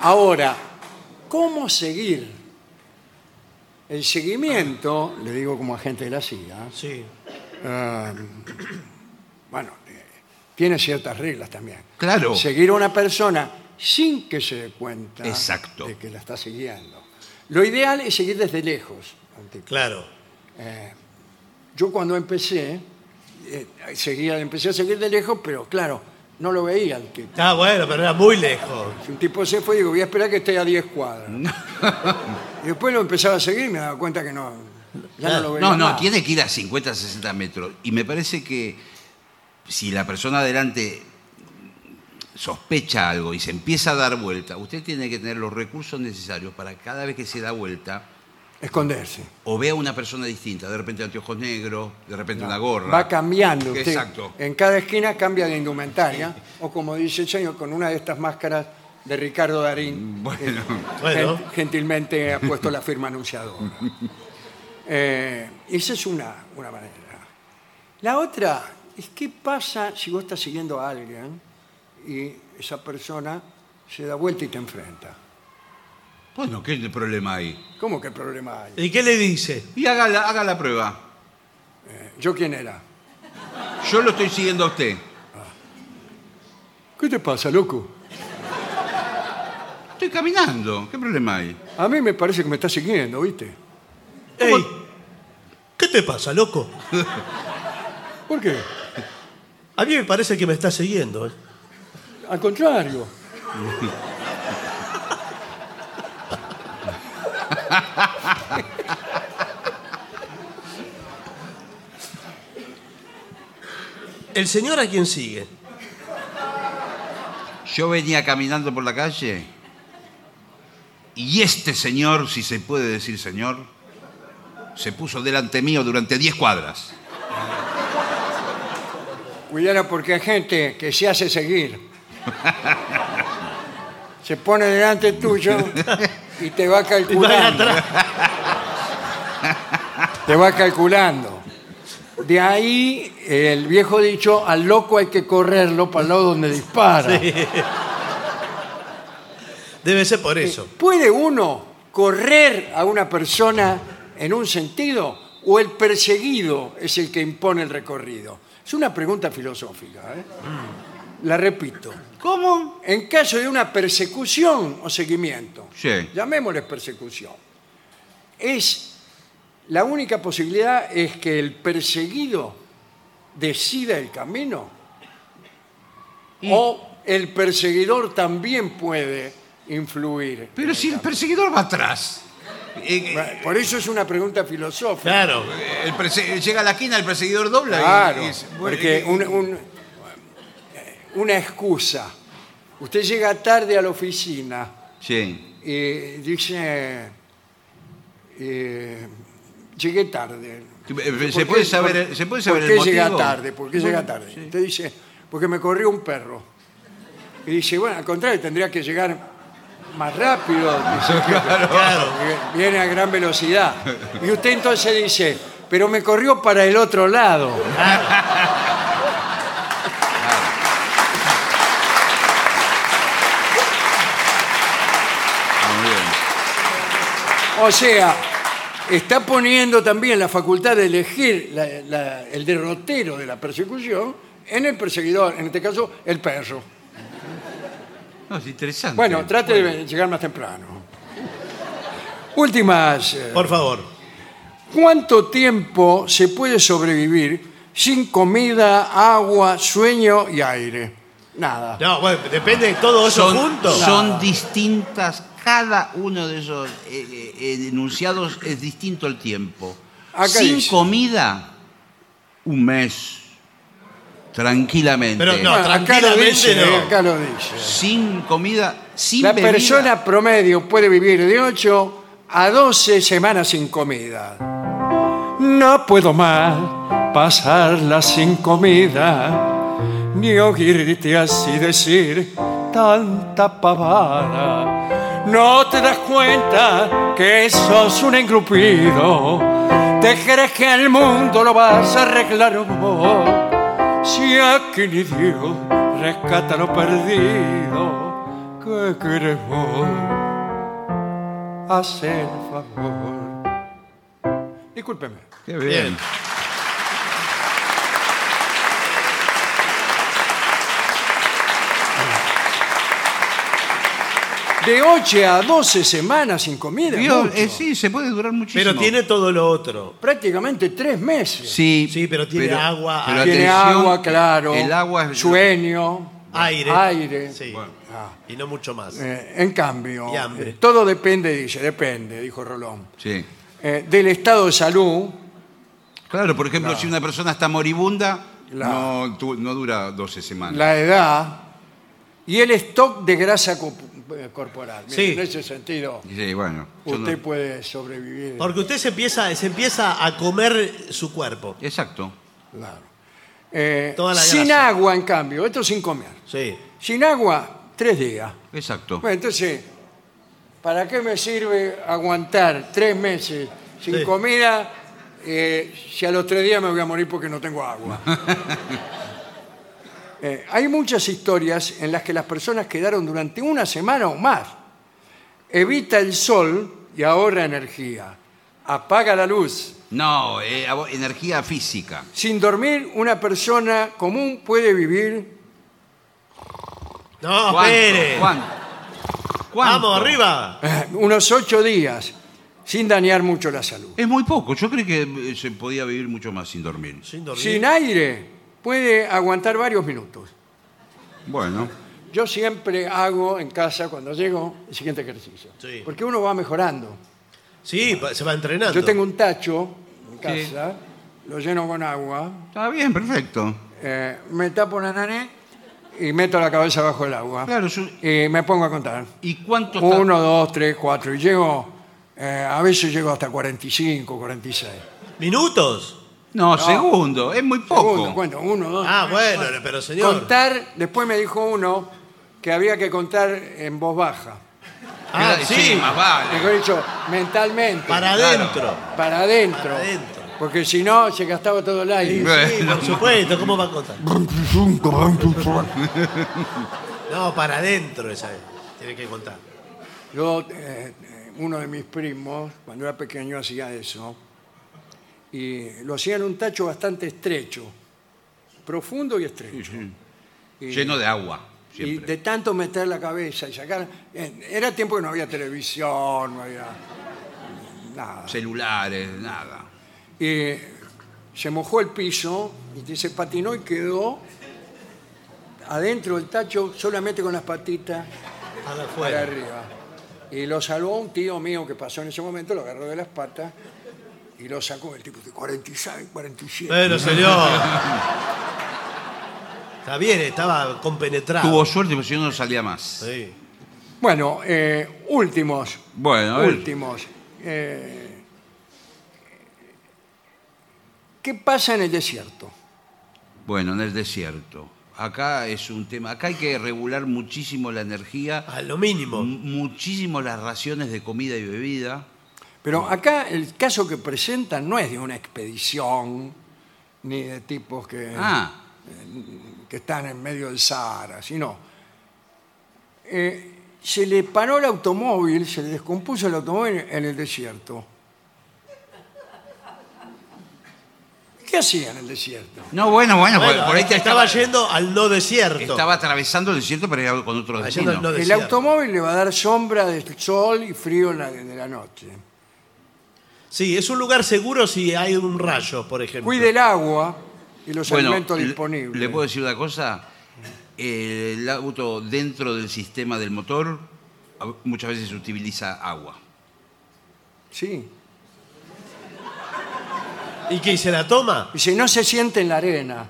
S2: Ahora, ¿cómo seguir? El seguimiento, le digo como agente de la CIA,
S4: Sí.
S2: Ah, bueno, eh, tiene ciertas reglas también.
S3: Claro.
S2: Seguir a una persona sin que se dé cuenta
S3: Exacto.
S2: de que la está siguiendo. Lo ideal es seguir desde lejos. al tipo.
S4: Claro.
S2: Yo cuando empecé, eh, seguía, empecé a seguir de lejos, pero claro, no lo veía al tipo.
S4: Ah, bueno, pero era muy lejos.
S2: Si un tipo se fue, digo, voy a esperar que esté a 10 cuadras. y después lo empezaba a seguir y me daba cuenta que no, ya no lo veía.
S3: Ah, No, no,
S2: más.
S3: tiene que ir a 50, 60 metros. Y me parece que si la persona adelante sospecha algo y se empieza a dar vuelta, usted tiene que tener los recursos necesarios para cada vez que se da vuelta
S2: Esconderse.
S3: o vea una persona distinta, de repente anteojos negros, de repente una gorra.
S2: Va cambiando. usted.
S3: Exacto.
S2: En cada esquina cambia de indumentaria. O como dice el señor, con una de estas máscaras de Ricardo Darín.
S3: Mm,
S2: eh,
S3: Bueno,
S4: Bueno.
S2: Gen- gentilmente ha puesto la firma anunciadora. Eh, esa es una, una manera. La otra es qué pasa si vos estás siguiendo a alguien y esa persona se da vuelta y te enfrenta.
S3: bueno, ¿qué problema hay?
S2: ¿Cómo que problema hay?
S4: ¿Y qué le dice?
S3: Y haga la, haga la prueba.
S2: eh? ¿Yo quién era?
S3: Yo lo estoy siguiendo a usted.
S2: ¿Qué te pasa, loco?
S3: Estoy caminando. ¿Qué problema hay?
S2: A mí me parece que me estás siguiendo, ¿viste?
S4: Ey, ¿qué te pasa, loco?
S2: ¿Por qué?
S4: A mí me parece que me está siguiendo. ¿eh?
S2: Al contrario.
S4: ¿El señor a quién sigue?
S3: Yo venía caminando por la calle y este señor, si se puede decir señor, se puso delante mío durante 10 cuadras.
S2: Cuidado porque hay gente que se hace seguir. Se pone delante tuyo y te va
S4: Y va
S2: calculando.
S4: atrás.
S2: Te va calculando. De ahí el viejo dicho, al loco hay que correrlo para el lado donde dispara.
S4: Debe ser
S2: Eh,
S4: por eso.
S2: ¿Puede uno correr a una persona en un sentido o el perseguido es el que impone el recorrido? Es una pregunta filosófica. ¿eh? La repito.
S3: ¿Cómo?
S2: En caso de una persecución o seguimiento,
S3: Sí.
S2: llamémosle persecución, es La única posibilidad es que el perseguido decida el camino o el perseguidor también puede influir.
S3: Pero si el perseguidor va atrás. Eh, eh,
S2: Por eso es una pregunta filosófica.
S4: Claro.
S3: el perse- llega a la esquina, el perseguidor dobla. y-
S2: Claro,
S3: y se- bueno,
S2: porque
S3: y-
S2: un- un- una excusa. Usted llega tarde a la oficina
S3: Sí.
S2: y dice, eh, llegué tarde.
S3: Eh,
S2: ¿Por
S3: ¿Se
S2: qué-
S3: puede saber,
S2: por-
S3: se puede saber
S2: por
S3: el
S2: qué
S3: motivo?
S2: llega tarde? ¿Por qué llega tarde? Usted dice, porque me corrió un perro. Y dice, bueno, al contrario, tendría que llegar más rápido. dice,
S4: Claro.
S2: porque Viene a gran velocidad. Y usted entonces dice, pero me corrió para el otro lado.
S3: Muy bien.
S2: O sea, está poniendo también la facultad de elegir la- la- el derrotero de la persecución en el perseguidor, en este caso, el perro.
S3: No, es interesante.
S2: Bueno, trate de llegar más temprano. Últimas. eh,
S4: Por favor.
S2: ¿Cuánto tiempo se puede sobrevivir sin comida, agua, sueño y aire? Nada.
S4: No, bueno, depende de todo eso
S3: son,
S4: junto.
S3: son distintas, cada uno de esos eh, eh, eh, enunciados es distinto el tiempo.
S2: Acá
S3: Sin
S2: dice.
S3: comida, un mes, tranquilamente.
S4: Pero no.
S2: acá lo
S4: tranquilamente
S2: dice.
S4: no.
S2: eh, Acá lo dice.
S3: Sin comida, sin
S2: La
S3: bebida.
S2: persona promedio puede vivir de 8 a 12 semanas sin comida. No puedo más pasarla sin comida, ni oírte así decir tanta pavada. No te das cuenta que sos un engrupido, te crees que el mundo lo vas a arreglar vos. Si aquí ni Dios rescata lo perdido, ¿qué queremos hacer favor? Discúlpeme.
S3: Qué bien.
S2: De 8 a 12 semanas sin comida.
S3: Vio,
S2: mucho.
S3: eh, sí, se puede durar muchísimo.
S4: Pero tiene todo lo otro.
S2: Prácticamente tres meses.
S3: Sí,
S4: Sí, pero tiene agua,
S3: pero
S2: Tiene
S3: atención,
S2: agua, claro.
S3: El agua es
S2: Sueño.
S4: Aire.
S2: Aire.
S4: Sí.
S2: Ah.
S4: Y no mucho más.
S2: Eh, en cambio,
S4: Y hambre.
S2: eh, todo depende, dice, depende, dijo Rolón,
S3: Sí.
S2: eh, del estado de salud,
S3: Claro, por ejemplo, si una persona está moribunda,
S2: Claro.
S3: no, tu- no dura 12 semanas.
S2: la edad y el stock de grasa cop- eh, corporal. Mire,
S4: Sí.
S2: En ese sentido,
S3: Sí, bueno. yo no-
S2: usted puede sobrevivir.
S4: Porque usted se empieza, se empieza a comer su cuerpo.
S3: Exacto.
S2: Claro. Eh,
S4: Toda la
S2: sin
S4: grasa.
S2: agua, en cambio, esto sin comer.
S4: Sí.
S2: Sin agua, tres días.
S3: Exacto.
S2: Bueno, entonces, ¿para qué me sirve aguantar tres meses sin
S4: Sí.
S2: comida eh, si a los tres días me voy a morir porque no tengo agua? Eh, hay muchas historias en las que las personas quedaron durante una semana o más. Evita el sol y ahorra energía. Apaga la luz.
S3: No, eh, a vo- energía física.
S2: Sin dormir, una persona común puede vivir
S4: No,
S3: ¿Cuánto?
S4: espere.
S3: ¿Cuánto? ¿Cuánto?
S4: Vamos, arriba.
S2: eh, unos ocho días sin dañar mucho la salud.
S3: Es muy poco. Yo creo que eh, se podía vivir mucho más sin dormir.
S4: Sin dormir.
S2: Sin aire puede aguantar varios minutos.
S3: Bueno.
S2: Yo siempre hago en casa cuando llego el siguiente ejercicio.
S4: Sí.
S2: Porque uno va mejorando.
S4: Sí, pa- se va entrenando.
S2: Yo tengo un tacho en casa, lo lleno con agua,
S3: Está bien, perfecto.
S2: eh, me tapo una nané y meto la cabeza bajo el agua.
S3: Claro, yo-
S2: Y me pongo a contar.
S3: ¿Y cuánto está-
S2: Uno, dos, tres, cuatro. Y llego, eh, a veces llego hasta 45, 46.
S4: ¿Minutos?
S3: No, segundo. Es muy poco.
S2: Segundo, cuento, uno, dos,
S4: Ah,
S2: tres,
S4: bueno,
S2: cuatro.
S4: pero señor.
S2: Contar, después me dijo uno que había que contar en voz baja.
S4: Ah,
S3: Queda-
S4: sí.
S3: más vale.
S2: Mejor dicho, mentalmente.
S4: Para
S3: Claro.
S4: adentro.
S2: Para adentro.
S4: Para adentro.
S2: Porque si no, se gastaba todo el aire.
S4: Sí,
S3: Bueno.
S4: por supuesto. ¿Cómo va a contar? No, para adentro esa es. Tiene que contar.
S2: Yo, eh, uno de mis primos, cuando era pequeño, hacía eso. Y lo hacía en un tacho bastante estrecho. Profundo y estrecho. Y-
S3: Lleno de agua.
S2: Y
S3: Siempre.
S2: de tanto meter la cabeza y sacar... eh, Era tiempo que no había televisión, no había Nada.
S3: celulares, nada.
S2: Eh, se mojó el piso y te- se patinó y quedó adentro del tacho solamente con las patitas
S4: Para
S2: para
S4: afuera.
S2: arriba. Y lo salvó un tío mío que pasó en ese momento, lo agarró de las patas y lo sacó. El tipo de 46, 47.
S4: Pero, señor. Está bien, estaba compenetrado.
S3: Tuvo suerte porque si no, no salía más.
S4: Sí.
S2: Bueno, eh, últimos.
S3: Bueno, a ver.
S2: últimos. Eh, ¿Qué pasa en el desierto?
S3: Bueno, en el desierto. Acá es un tema. Acá hay que regular muchísimo la energía,
S4: A lo mínimo.
S3: mu- muchísimo las raciones de comida y bebida.
S2: Pero acá el caso que presentan no es de una expedición ni de tipos que,
S3: Ah,
S2: que están en medio del Sahara, sino eh, se le paró el automóvil, se le descompuso el automóvil en el desierto. ¿Qué hacía en el desierto?
S3: no, bueno, bueno, por-
S4: Bueno,
S3: por ahí te
S4: estaba,
S3: estaba,
S4: yendo al no desierto.
S3: estaba atravesando el desierto para ir con otro
S4: Estaba
S3: destino.
S4: yendo al no
S2: El
S4: desierto.
S2: automóvil le va a dar sombra del sol y frío en la, de la noche.
S4: Sí, es un lugar seguro si hay un rayo, por ejemplo.
S2: Cuide el agua y los
S3: Bueno,
S2: alimentos
S3: le-
S2: disponibles.
S3: ¿Le puedo decir una cosa? El auto dentro del sistema del motor a- muchas veces utiliza agua.
S2: Sí.
S4: ¿Y qué? ¿Se la toma?
S2: Y si no se siente en la arena.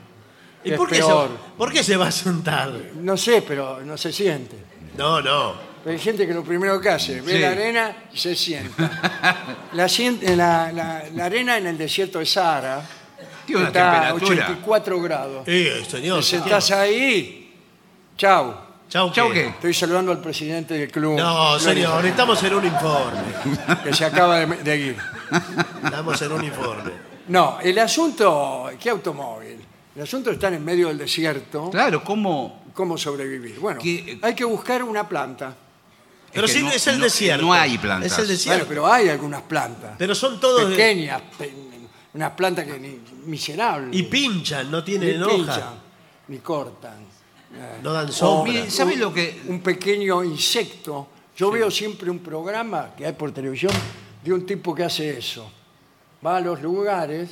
S4: ¿Y
S2: es
S4: por qué, se,
S2: peor.
S4: por qué se va a sentar?
S2: No sé, pero no se siente.
S4: No, no.
S2: Pero hay gente que lo primero que hace, ve
S3: Sí.
S2: la arena y se sienta. La, sien- la- la- la arena en el desierto de Sahara
S3: Tiene una
S2: está a
S3: temperatura.
S2: 84 grados.
S4: Eh, señor.
S2: Te sentás ahí, chau.
S4: Chau,
S3: Chau,
S4: qué.
S2: Estoy saludando al presidente del club.
S4: No, señor,
S2: Florida,
S4: estamos en un informe.
S2: Que se acaba de, de ir.
S4: Estamos en un informe.
S2: No, el asunto, ¿qué automóvil? El asunto está en el medio del desierto.
S3: Claro, ¿cómo?
S2: ¿Cómo sobrevivir? Bueno,
S3: ¿Qué-
S2: hay que buscar una planta.
S4: Pero
S3: que
S4: sí,
S3: no-
S4: es el
S3: no-
S4: desierto.
S3: no hay plantas.
S4: Es el
S2: Bueno,
S4: desierto.
S2: pero hay algunas plantas.
S4: Pero son todos. de-
S2: pequeñas, pe- unas plantas que ni, miserables.
S4: Y pinchan, no
S2: ni
S4: tienen
S2: pinchan,
S4: hoja.
S2: ni cortan. Eh,
S4: No dan
S2: o
S4: sombra.
S3: mire, ¿sabe lo que-
S2: Un pequeño insecto. Yo veo siempre un programa que hay por televisión de un tipo que hace eso. Va a los lugares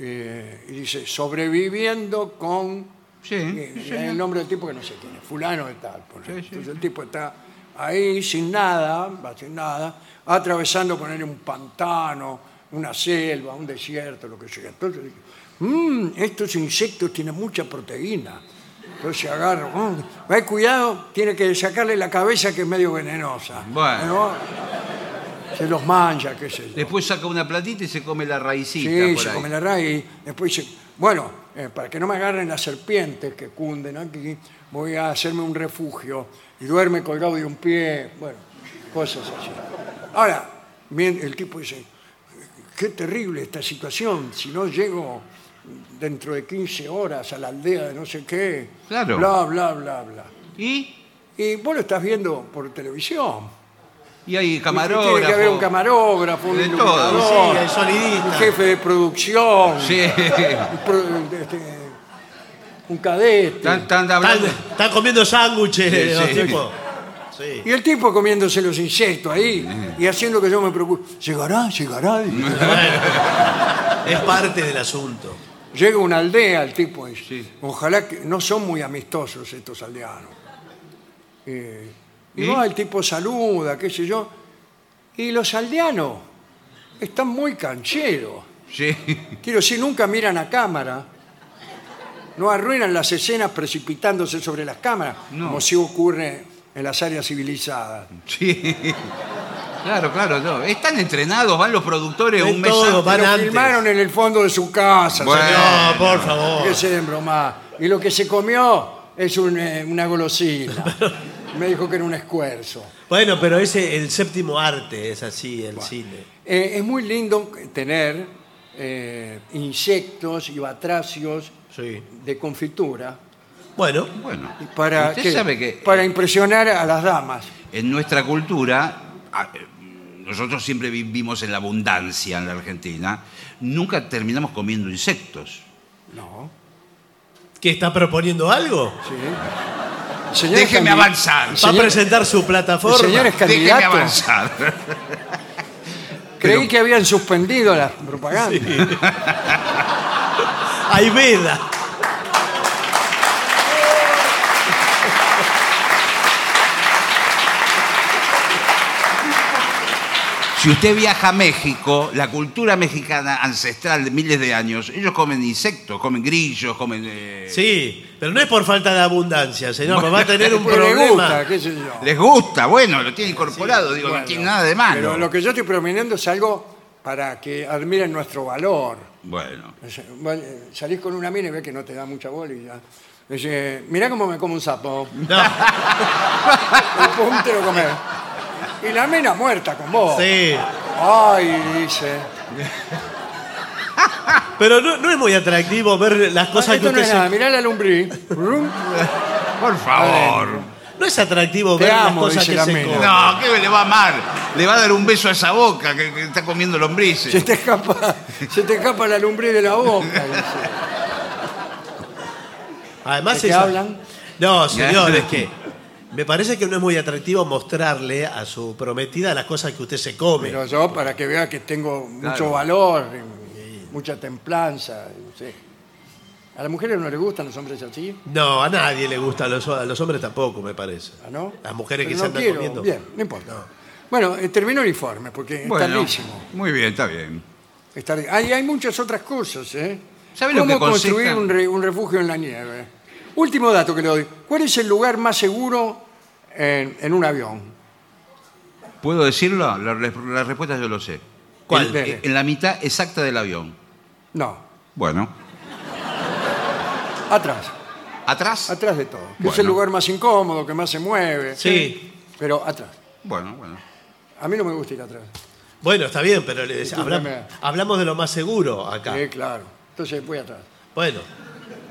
S2: eh, y dice, sobreviviendo con
S3: Sí,
S2: Eh,
S3: sí,
S2: el nombre del tipo que no sé quién es, fulano de tal. por ejemplo.
S3: Sí, sí,
S2: Entonces el tipo está ahí sin nada, va sin nada, atravesando poner un pantano, una selva, un desierto, lo que sea. Entonces dice, "Mm, estos insectos tienen mucha proteína. Entonces agarro, mm, "Ay, cuidado, tiene que sacarle la cabeza que es medio venenosa.
S3: Bueno.
S2: ¿No? Se los mancha, qué sé yo.
S3: Después saca una platita y se come la raicita.
S2: Sí,
S3: por
S2: se
S3: ahí.
S2: come la raíz. Después dice, bueno, eh, para que no me agarren las serpientes que cunden aquí, voy a hacerme un refugio y duerme colgado de un pie, bueno, cosas así. Ahora, mien- el tipo dice, qué terrible esta situación, si no llego dentro de 15 horas a la aldea de no sé qué,
S3: Claro.
S2: bla, bla, bla, bla.
S3: ¿Y?
S2: Y vos lo estás viendo por televisión.
S3: Y hay
S2: Tiene que haber
S3: camarógrafo.
S2: un camarógrafo, un
S3: De todo.
S2: iluminador,
S4: Sí, el sonidista.
S2: un jefe de producción.
S3: Sí.
S2: Pro- este, un cadete.
S3: Están, están
S4: Están,
S3: hablando.
S4: están comiendo sándwiches.
S3: Sí,
S4: los
S3: sí.
S4: tipos. Sí.
S2: Y el tipo comiéndose los insectos ahí y haciendo que yo me preocupe. Llegará, llegará.
S4: Es parte del asunto.
S2: Llega a una aldea el tipo. y dice,
S3: Sí.
S2: Ojalá que no son muy amistosos estos aldeanos. Eh, y
S3: ¿Y?
S2: va, el tipo saluda, qué sé yo. Y los aldeanos están muy cancheros.
S3: Sí.
S2: Quiero decir, nunca miran a cámara. No arruinan las escenas precipitándose sobre las cámaras,
S3: No.
S2: como sí ocurre en las áreas civilizadas.
S3: Sí. Claro, claro, no. Están entrenados, van los productores
S4: De
S3: un mes
S4: todo,
S3: antes.
S4: van
S2: Lo
S4: antes.
S2: filmaron en el fondo de su casa,
S3: Bueno.
S4: No, por
S2: señor.
S4: favor.
S2: Que se den broma. Y lo que se comió es un, eh, una golosina. Me dijo que era un escuerzo.
S4: Bueno, pero ese el séptimo arte es así, el cine.
S2: Eh, es muy lindo tener eh, insectos y batracios
S4: Sí.
S2: de confitura
S4: Bueno,
S3: Bueno,
S2: para,
S3: usted
S2: ¿qué?
S3: sabe que eh,
S2: para impresionar a las damas.
S3: en nuestra cultura, a- eh, nosotros siempre vivimos en la abundancia en la Argentina, nunca terminamos comiendo insectos.
S2: No.
S4: ¿qué está proponiendo algo?
S2: Sí. El señor es
S3: Déjeme
S2: candi-
S3: avanzar.
S4: Va a
S2: Señor-
S4: presentar su
S2: El
S4: plataforma.
S2: señor es
S3: Déjeme
S2: candidato.
S3: avanzar.
S2: Creí que habían suspendido la propaganda.
S4: ¡Ay, veda!
S3: Si usted viaja a México, la cultura mexicana ancestral de miles de años, ellos comen insectos, comen grillos, comen... eh,
S4: Sí, pero no es por falta de abundancia, señor, va a tener un
S2: Pero pues le
S4: problema.
S2: gusta, qué sé yo.
S3: Les gusta, bueno, lo tiene incorporado, digo,
S2: Bueno,
S3: no tiene nada de malo.
S2: Pero lo que yo estoy proponiendo es algo para que admiren nuestro valor.
S3: Bueno,
S2: Es- bueno, eh, Salís con una mina y ves que no te da mucha bola y ya. Dice, mirá cómo me como un sapo.
S4: No,
S2: Y pum, te lo comes. Y la mina muerta con vos.
S4: sí.
S2: Ay, dice.
S4: Pero no, no es muy atractivo ver las cosas
S2: Ah,
S4: que
S2: esto no
S4: usted
S2: es
S4: se-
S2: nada, mirá la lombriz. Brum.
S3: por favor.
S4: No es atractivo
S2: Te
S4: ver
S2: amo,
S4: las cosas
S2: dice
S4: que
S2: la
S4: se
S2: mina.
S4: comen.
S3: No, ¿qué le va a amar? Le va a dar un beso a esa boca que, que está comiendo lombrices.
S2: Se te escapa, se te escapa la lombriz de la boca. dice.
S4: Además,
S2: ¿De qué
S4: esa-
S2: hablan?
S4: No, señor, es que me parece que no es muy atractivo mostrarle a su prometida las cosas que usted se come.
S2: Pero yo, para que vea que tengo mucho
S3: Claro.
S2: valor, y mucha templanza. no sé. A las mujeres no les gustan los hombres así,
S4: No, a nadie le gusta, a los, a los hombres tampoco, me parece.
S2: ¿ah, ¿no?
S4: Las mujeres
S2: Pero
S4: que se
S2: no
S4: andan
S2: quiero.
S4: comiendo.
S2: Bien, no importa. Bueno, eh, termino el informe, porque es
S3: bueno,
S2: tardísimo.
S3: muy bien, está bien.
S2: Es tardi- Hay, hay muchas otras cosas, ¿eh?
S3: ¿Sabe lo
S2: ¿Cómo
S3: que consiste?
S2: construir un, re- un refugio en la nieve? Último dato que le doy. ¿Cuál es el lugar más seguro en, en un avión?
S3: ¿Puedo decirlo? La, res- la respuesta yo lo sé.
S4: ¿Cuál?
S3: En, en la mitad exacta del avión.
S2: No,
S3: Bueno.
S2: atrás.
S3: ¿Atrás?
S2: Atrás de todo. Que Es el
S3: Bueno.
S2: lugar más incómodo, que más se mueve.
S4: Sí.
S2: Pero atrás.
S3: Bueno, bueno.
S2: A mí no me gusta ir atrás.
S4: Bueno, está bien, pero le- habla-
S2: Discúlpeme.
S4: hablamos de lo más seguro acá.
S2: Sí, Eh, claro. Entonces voy atrás.
S4: Bueno,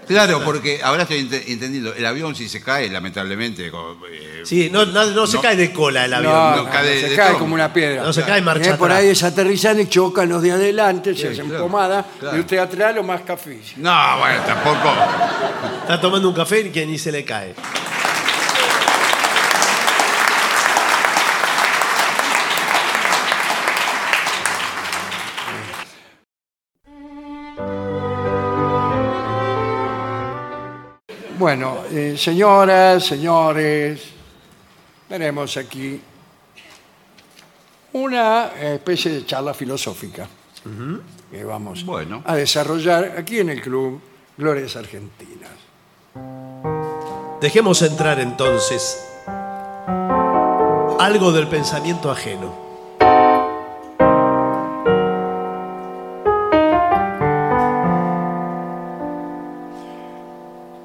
S3: Claro, porque ahora estoy ente- entendiendo. El avión si se cae, lamentablemente... co- eh,
S4: sí, no, no- no se
S3: No.
S4: cae de cola el avión.
S2: no,
S3: no
S2: no,
S3: cae
S2: se
S3: de
S2: cae
S3: tronco.
S2: como una piedra.
S4: No se cae marcha
S2: Eh, Por
S4: atrás.
S2: ahí desaterrizan y chocan los de adelante, se hacen
S3: claro,
S2: pomada,
S3: claro.
S2: y usted atrás lo más cafilla.
S3: No, bueno, tampoco.
S4: Está tomando un café y que ni se le cae.
S2: Bueno, eh, señoras, señores, tenemos aquí una especie de charla filosófica que vamos
S3: Bueno.
S2: a desarrollar aquí en el club Glorias Argentinas.
S4: Dejemos entrar entonces algo del pensamiento ajeno.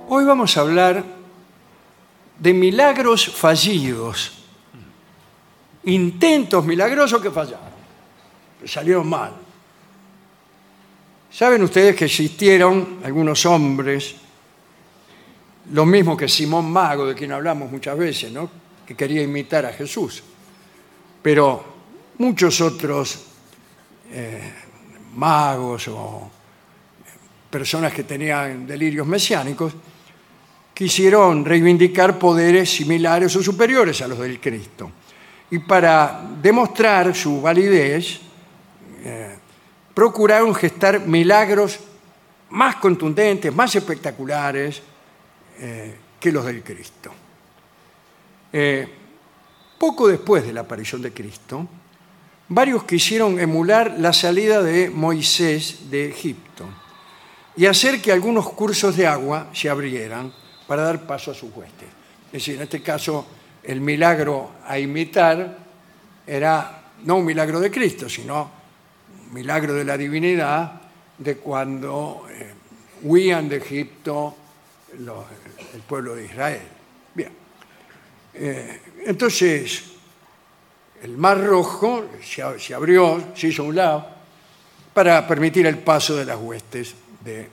S2: Hoy vamos a hablar de milagros fallidos. Intentos milagrosos que fallaron, que salieron mal. ¿Saben ustedes que existieron algunos hombres, lo mismo que Simón Mago, de quien hablamos muchas veces, ¿no? que quería imitar a Jesús? Pero muchos otros eh, magos o personas que tenían delirios mesiánicos, quisieron reivindicar poderes similares o superiores a los del Cristo. Y para demostrar su validez, eh, procuraron gestar milagros más contundentes, más espectaculares eh, que los del Cristo. Eh, poco después de la aparición de Cristo, varios quisieron emular la salida de Moisés de Egipto y hacer que algunos cursos de agua se abrieran para dar paso a sus huestes. Es decir, en este caso, el milagro a imitar era no un milagro de Cristo, sino un milagro de la divinidad de cuando eh, huían de Egipto los- el pueblo de Israel. Bien. Eh, entonces, el Mar Rojo se a- se abrió, se hizo a un lado, para permitir el paso de las huestes de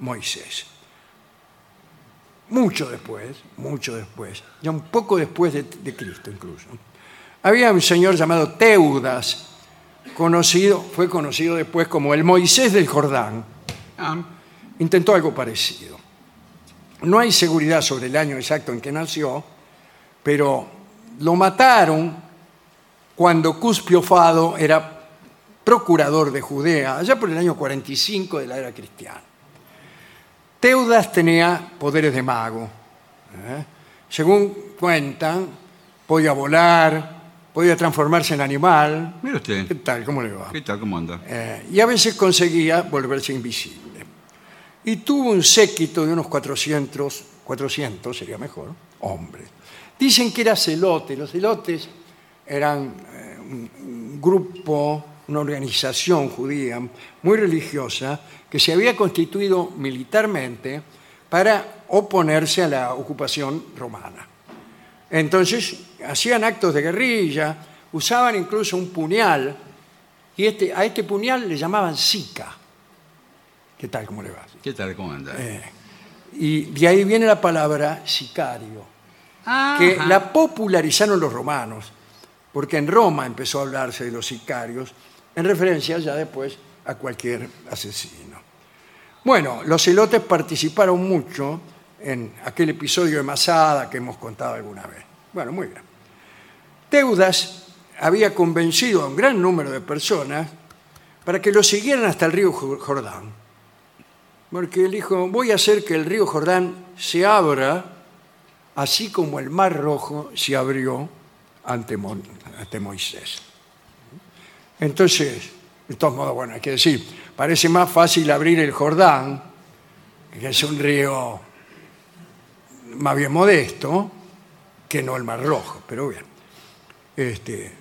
S2: Moisés. Mucho después, mucho después, ya un poco después de, de Cristo incluso, había un señor llamado Teudas, conocido, fue conocido después como el Moisés del Jordán,
S3: Ah,
S2: intentó algo parecido. No hay seguridad sobre el año exacto en que nació, pero lo mataron cuando Cuspio Fado era procurador de Judea, allá por el año 45 de la era cristiana. Teudas tenía poderes de mago. ¿eh? Según cuentan, podía volar, podía transformarse en animal.
S3: Mire usted.
S4: Eh.
S2: ¿Qué tal? ¿Cómo le va?
S3: ¿Qué tal? ¿Cómo anda?
S2: Eh, y a veces conseguía volverse invisible. Y tuvo un séquito de unos 400, 400 sería mejor, hombres. Dicen que era celote. Los celotes eran eh, un, un grupo, una organización judía muy religiosa que se había constituido militarmente para oponerse a la ocupación romana. Entonces hacían actos de guerrilla, usaban incluso un puñal y este, a este puñal le llamaban sica. ¿Qué tal? ¿Cómo le va?
S3: ¿Qué tal? ¿Cómo anda?
S4: Eh.
S2: Y de ahí viene la palabra sicario, que la popularizaron los romanos, porque en Roma empezó a hablarse de los sicarios, en referencia ya después a cualquier asesino. Bueno, los celotes participaron mucho en aquel episodio de Masada que hemos contado alguna vez. Bueno, muy bien. Teudas había convencido a un gran número de personas para que lo siguieran hasta el río Jor- Jordán. Porque él dijo, voy a hacer que el río Jordán se abra así como el Mar Rojo se abrió ante, Mon- ante Moisés. Entonces, de todos modos, bueno, hay que decir, parece más fácil abrir el Jordán, que es un río más bien modesto, que no el Mar Rojo, pero bien. Este,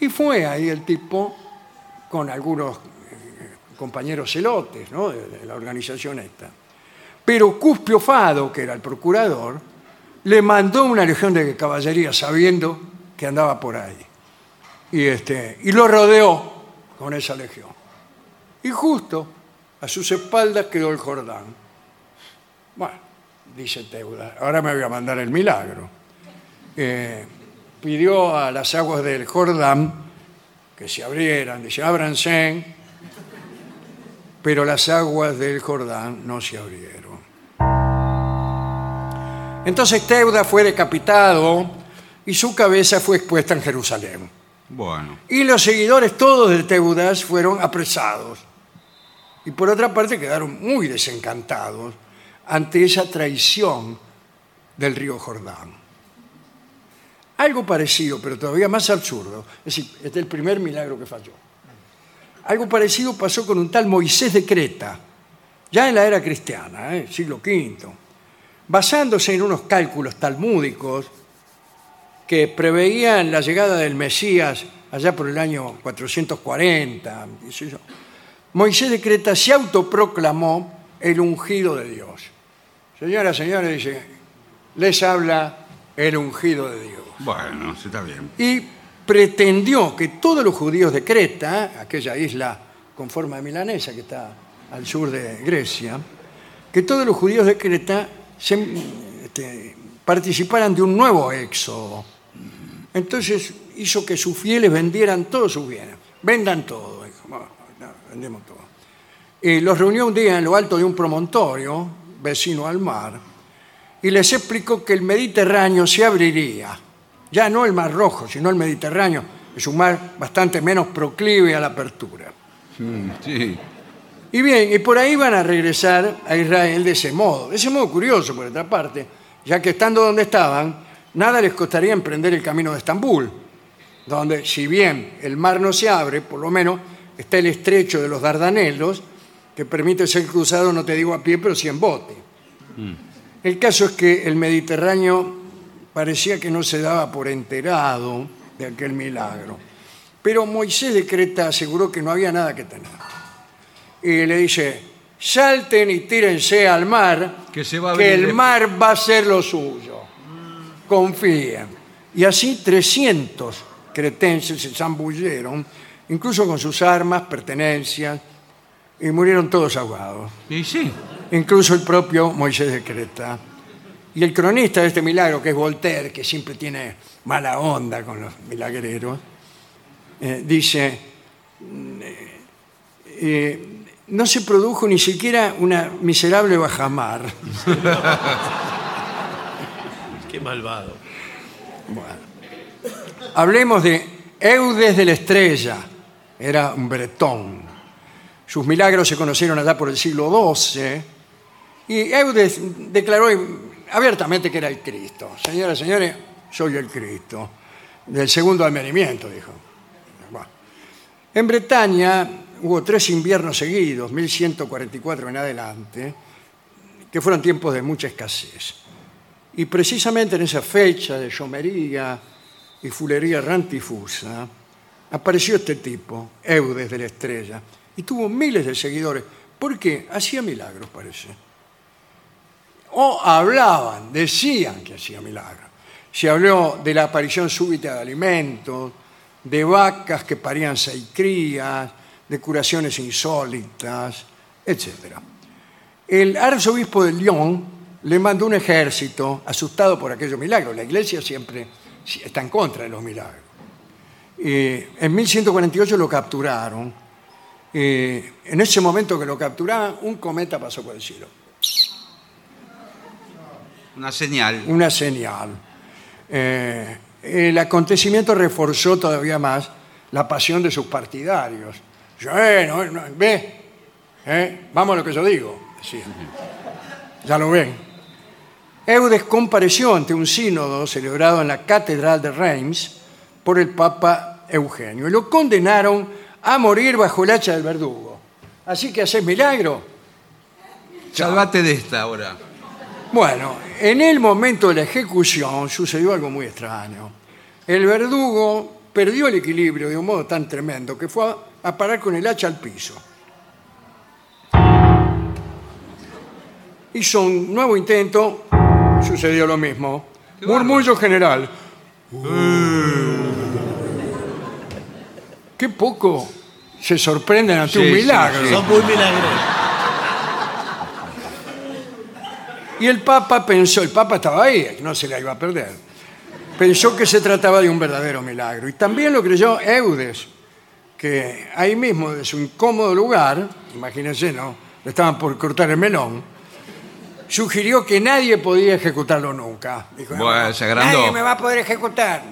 S2: y fue ahí el tipo con algunos eh, compañeros celotes ¿no? de, de la organización esta. Pero Cuspio Fado, que era el procurador, le mandó una legión de caballería sabiendo que andaba por ahí. Y, este, y lo rodeó con esa legión. Y justo a sus espaldas quedó el Jordán. Bueno, dice Teuda, ahora me voy a mandar el milagro. Eh, pidió a las aguas del Jordán que se abrieran, dice, ábranse, pero las aguas del Jordán no se abrieron. Entonces Teuda fue decapitado y su cabeza fue expuesta en Jerusalén.
S3: Bueno.
S2: Y los seguidores todos de Teudas fueron apresados. Y por otra parte quedaron muy desencantados ante esa traición del río Jordán. Algo parecido, pero todavía más absurdo. Es decir, este es el primer milagro que falló. Algo parecido pasó con un tal Moisés de Creta, ya en la era cristiana, ¿eh? siglo V, basándose en unos cálculos talmúdicos que preveían la llegada del Mesías allá por el año 440. qué sé yo. Moisés de Creta se autoproclamó el ungido de Dios. Señoras, señores, dice, les habla el ungido de Dios
S3: Bueno, sí, está bien.
S2: y pretendió que todos los judíos de Creta, aquella isla con forma de milanesa que está al sur de Grecia, que todos los judíos de Creta se- este, participaran de un nuevo éxodo. Entonces hizo que sus fieles vendieran todos sus bienes. Vendan todo. dijo. Bueno, no, vendemos todo. Y los reunió un día en lo alto de un promontorio, vecino al mar, y les explicó que el Mediterráneo se abriría. Ya no el Mar Rojo, sino el Mediterráneo. Es un mar bastante menos proclive a la apertura.
S3: Mm, Sí.
S2: Y bien, y por ahí van a regresar a Israel de ese modo. De ese modo curioso, por otra parte, ya que estando donde estaban, nada les costaría emprender el camino de Estambul, donde, si bien el mar no se abre, por lo menos está el estrecho de los Dardanelos, que permite ser cruzado, no te digo a pie, pero sí en bote. El caso es que el Mediterráneo parecía que no se daba por enterado de aquel milagro. Pero Moisés de Creta aseguró que no había nada que tener y le dice, salten y tírense al mar,
S1: Que se va a
S2: que
S1: abrir
S2: el
S1: el-
S2: mar va a ser lo suyo. Confíen. Y así 300 cretenses se zambulleron, incluso con sus armas, pertenencias, y murieron todos ahogados
S1: Y sí.
S2: incluso el propio Moisés de Creta. Y el cronista de este milagro, que es Voltaire, que siempre tiene mala onda con los milagreros, eh, dice, mm, eh, eh, no se produjo ni siquiera una miserable bajamar.
S4: Qué malvado.
S2: Hablemos de Eudes de la Estrella era un bretón. Sus milagros se conocieron allá por el siglo XII y Eudes declaró abiertamente que era el Cristo. Señoras y señores, soy el Cristo. Del segundo advenimiento, dijo. Bueno. En Bretaña hubo tres inviernos seguidos, 1144 en adelante, que fueron tiempos de mucha escasez. Y precisamente en esa fecha de llomería y fulería rantifusa, apareció este tipo, Eudes de la Estrella, y tuvo miles de seguidores, porque hacía milagros, parece. O hablaban, decían que hacía milagros. Se habló de la aparición súbita de alimentos, de vacas que parían seis crías, de curaciones insólitas, etc. El arzobispo de Lyon le mandó un ejército asustado por aquellos milagros. La iglesia siempre está en contra de los milagros. Eh, en 1148 lo capturaron. Eh, en ese momento que lo capturaban, un cometa pasó por el cielo.
S3: Una señal.
S2: Una señal. Eh, el acontecimiento reforzó todavía más la pasión de sus partidarios. Yo, eh, no, no, ve, eh, vamos a lo que yo digo. decían. Ya lo ven. Eudes compareció ante un sínodo celebrado en la Catedral de Reims por el Papa Eugenio y lo condenaron a morir bajo el hacha del verdugo. Así que haces milagro.
S3: Salvate de esta ahora.
S2: Bueno, en el momento de la ejecución sucedió algo muy extraño. El verdugo perdió el equilibrio de un modo tan tremendo que fue a, a parar con el hacha al piso. Hizo un nuevo intento, sucedió lo mismo. Murmullo general.
S3: Eh.
S2: Qué poco se sorprenden ante un
S3: Sí, sí,
S2: milagro.
S3: sí.
S4: Son muy milagrosos.
S2: Y el Papa pensó, el Papa estaba ahí, no se la iba a perder. Pensó que se trataba de un verdadero milagro. Y también lo creyó Eudes, que ahí mismo, de su incómodo lugar, imagínense, ¿no? Le estaban por cortar el melón, sugirió que nadie podía ejecutarlo nunca. Dijo,
S3: Bueno, se agrandó.
S2: Nadie me va a poder ejecutar.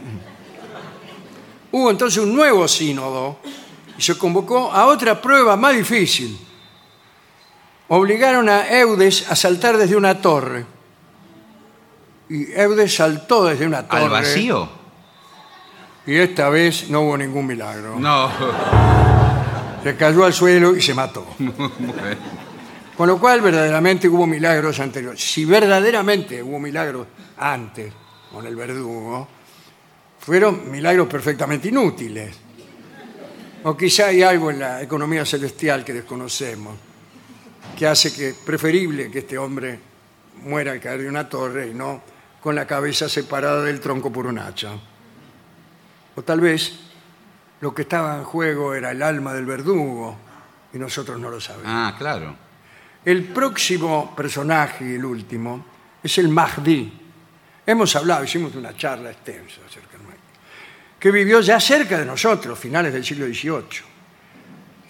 S2: Hubo entonces un nuevo sínodo y se convocó a otra prueba más difícil obligaron a Eudes a saltar desde una torre. Y Eudes saltó desde una torre.
S3: ¿Al vacío?
S2: Y esta vez no hubo ningún milagro.
S3: No.
S2: Se cayó al suelo y se mató. Con lo cual, verdaderamente hubo milagros anteriores. Si verdaderamente hubo milagros antes con el verdugo, fueron milagros perfectamente inútiles. O quizá hay algo en la economía celestial que desconocemos, que hace que preferible que este hombre muera al caer de una torre y no con la cabeza separada del tronco por un hacha. O tal vez lo que estaba en juego era el alma del verdugo y nosotros no lo sabemos.
S3: Ah, claro.
S2: El próximo personaje, el último, es el Mahdi. Hemos hablado, hicimos una charla extensa acerca del Mahdi, que vivió ya cerca de nosotros, finales del siglo XVIII.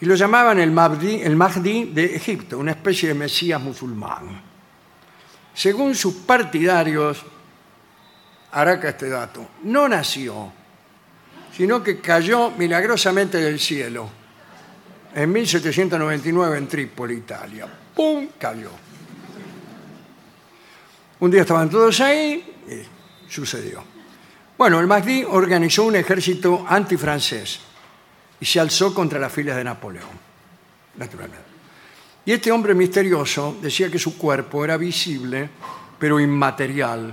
S2: Y lo llamaban el Mahdi, el Mahdi de Egipto, una especie de mesías musulmán. Según sus partidarios, araca este dato, no nació, sino que cayó milagrosamente del cielo en 1799 en Trípoli, Italia. ¡Pum! Cayó. Un día estaban todos ahí y sucedió. Bueno, el Mahdi organizó un ejército antifrancés y se alzó contra las filas de Napoleón, naturalmente. Y este hombre misterioso decía que su cuerpo era visible, pero inmaterial,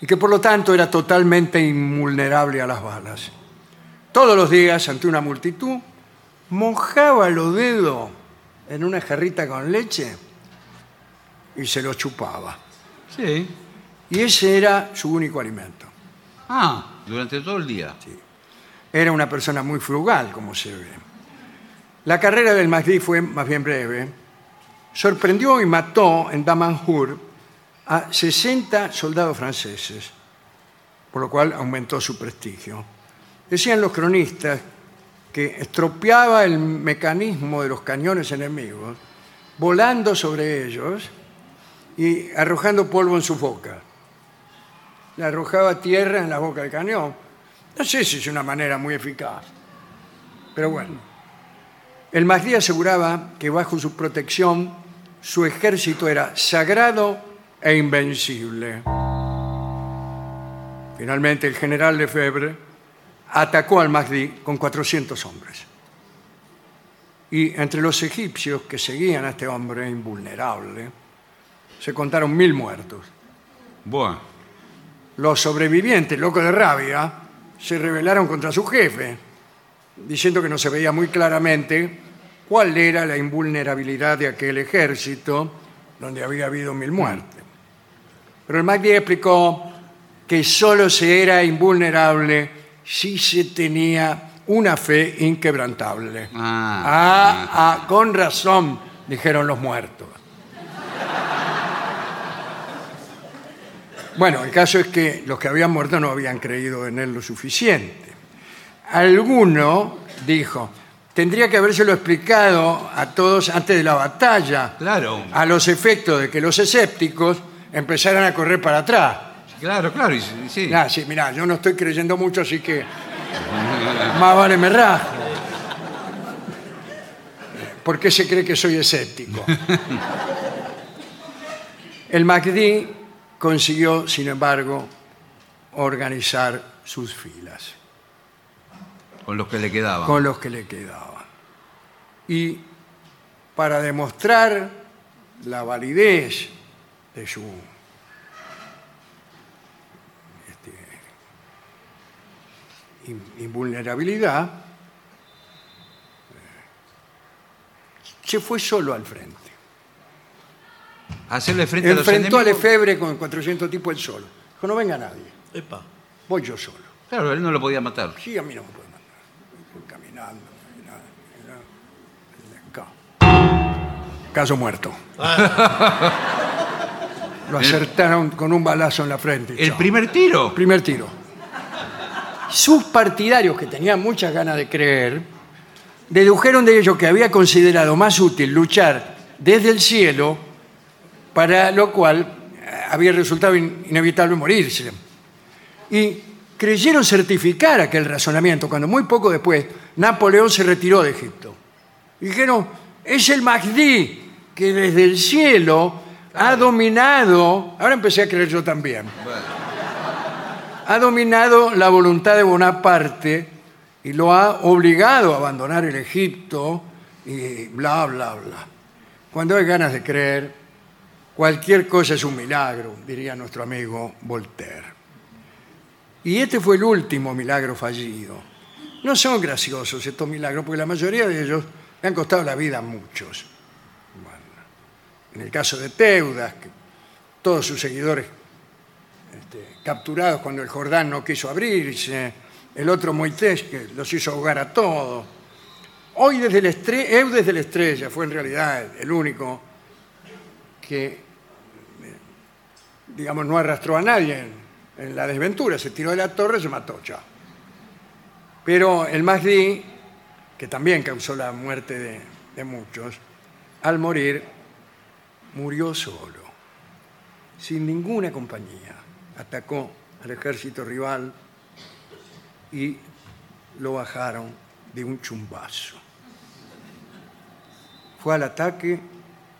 S2: y que por lo tanto era totalmente invulnerable a las balas. Todos los días, ante una multitud, mojaba los dedos en una jarrita con leche y se los chupaba.
S3: Sí.
S2: Y ese era su único alimento.
S3: Ah, durante todo el día.
S2: Era una persona muy frugal, como se ve. La carrera del Mahdi fue más bien breve. Sorprendió y mató en Damanhur a 60 soldados franceses, por lo cual aumentó su prestigio. Decían los cronistas que estropeaba el mecanismo de los cañones enemigos, volando sobre ellos y arrojando polvo en sus bocas le arrojaba tierra en la boca del cañón. No sé si es una manera muy eficaz, pero bueno. El Mahdi aseguraba que bajo su protección su ejército era sagrado e invencible. Finalmente el general Lefebvre atacó al Mahdi con 400 hombres. Y entre los egipcios que seguían a este hombre invulnerable, se contaron mil muertos.
S3: Bueno,
S2: Los sobrevivientes, locos de rabia, se rebelaron contra su jefe, diciendo que no se veía muy claramente cuál era la invulnerabilidad de aquel ejército donde había habido mil muertes. Pero el Magdi explicó que solo se era invulnerable si se tenía una fe inquebrantable.
S3: Ah.
S2: Ah, ah, con razón, dijeron los muertos. Bueno, el caso es que los que habían muerto no habían creído en él lo suficiente. Alguno dijo, tendría que habérselo explicado a todos antes de la batalla,
S3: claro,
S2: a los efectos de que los escépticos empezaran a correr para atrás.
S3: claro, claro, y sí, sí.
S2: Mirá, sí, mirá, yo no estoy creyendo mucho, así que más vale me rajo. ¿Por qué se cree que soy escéptico? El Macdi consiguió, sin embargo, organizar sus filas
S3: con los que le quedaban.
S2: con los que le quedaban. Y para demostrar la validez de su este, in- invulnerabilidad, eh, se fue solo al frente.
S3: Hacerle frente
S2: Enfrentó
S3: a
S2: a
S3: los enemigos.
S2: Lefebvre con 400 tipos él solo. Dijo, no venga nadie,
S4: Epa.
S2: voy yo solo.
S3: Claro, él no lo podía matar.
S2: Sí, a mí no me pueden mandar. Voy Caminando, caminando, caminando. Acá. Caso muerto. Lo acertaron con un balazo en la frente.
S3: El
S2: chao.
S3: primer tiro.
S2: Primer tiro. Sus partidarios, que tenían muchas ganas de creer, dedujeron de ello que había considerado más útil luchar desde el cielo, para lo cual eh, había resultado in- inevitable morirse. Y creyeron certificar aquel razonamiento cuando muy poco después Napoleón se retiró de Egipto. Dijeron, es el Mahdi que desde el cielo ha dominado, ahora empecé a creer yo también, ha dominado la voluntad de Bonaparte y lo ha obligado a abandonar el Egipto y bla, bla, bla. Cuando hay ganas de creer, cualquier cosa es un milagro, diría nuestro amigo Voltaire. Y este fue el último milagro fallido. No son graciosos estos milagros, porque la mayoría de ellos le han costado la vida a muchos. Bueno, en el caso de Teudas, que todos sus seguidores este, capturados cuando el Jordán no quiso abrirse, el otro Moisés que los hizo ahogar a todos. Hoy desde el estre- Eudes de la Estrella fue en realidad el único que, eh, digamos, no arrastró a nadie en, en la desventura, se tiró de la torre y se mató, chao. Pero el Mahdi, que también causó la muerte de, de muchos, al morir murió solo sin ninguna compañía. Atacó al ejército rival y lo bajaron de un chumbazo. Fue al ataque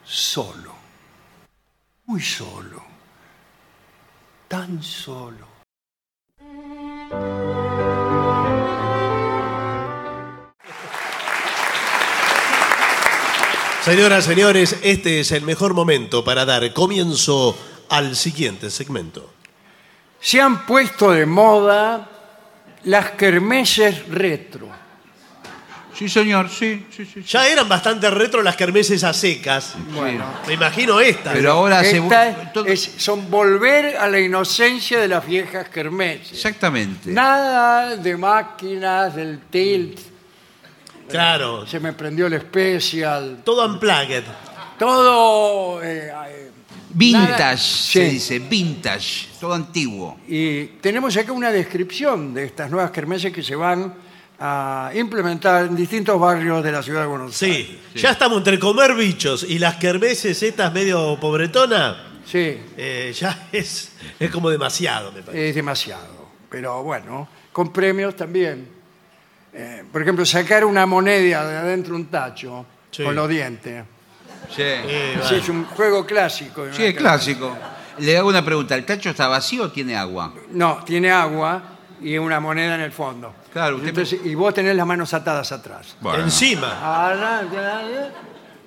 S2: solo, muy solo, tan solo.
S4: Señoras, señores, este es el mejor momento para dar comienzo al siguiente segmento.
S2: Se han puesto de moda las kermeses retro.
S3: Sí, señor, sí, sí, sí. sí.
S4: Ya eran bastante retro las kermeses a secas.
S2: Bueno,
S4: Me imagino esta.
S3: Pero ahora se...
S2: estas
S3: todo-
S2: es- son volver a la inocencia de las viejas kermeses.
S3: Exactamente.
S2: Nada de máquinas, del tilt,
S4: Claro,
S2: se me prendió el especial,
S4: todo unplugged.
S2: todo... eh, eh,
S3: Vintage,
S2: nada-
S3: se
S2: Sí.
S3: dice, vintage, todo antiguo.
S2: Y tenemos acá una descripción de estas nuevas kermeses que se van a implementar en distintos barrios de la ciudad de Buenos Aires.
S4: Sí, ya estamos entre comer bichos y las kermeses estas medio pobretonas,
S2: Sí,
S4: eh, ya es, es como demasiado, me parece.
S2: es demasiado. Pero bueno, con premios también. Eh, por ejemplo, sacar una moneda de adentro un tacho
S4: Sí.
S2: con los dientes.
S3: Sí,
S4: Eh,
S2: Sí,
S4: bueno.
S2: es un juego clásico.
S3: Sí, es clásico. Le hago una pregunta, ¿el tacho está vacío o tiene agua?
S2: No, tiene agua y una moneda en el fondo.
S3: Claro, usted-
S2: Entonces, y vos tenés las manos atadas atrás.
S4: Encima.
S2: Agarrá,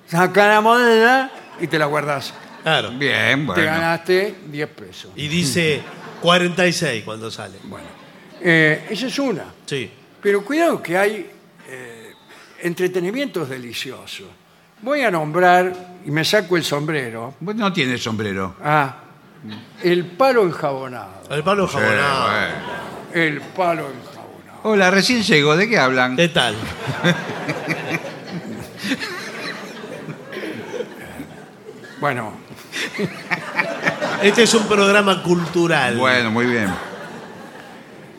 S2: Sacá la moneda y te la guardás.
S4: Claro.
S3: Bien,
S2: Te
S3: bueno.
S2: ganaste 10 pesos.
S4: Y dice 46 cuando sale.
S2: Bueno, eh, esa es una.
S4: Sí.
S2: Pero cuidado que hay eh, entretenimientos deliciosos. Voy a nombrar, y me saco el sombrero,
S3: Bueno, no tiene sombrero.
S2: a el palo enjabonado.
S4: El Pablo ah, Jabonado.
S3: Eh, bueno.
S2: El palo enjabonado.
S3: Hola, recién llego, ¿de qué hablan?
S4: ¿Qué tal?
S2: Bueno,
S4: Este es un programa cultural.
S3: Bueno, muy bien.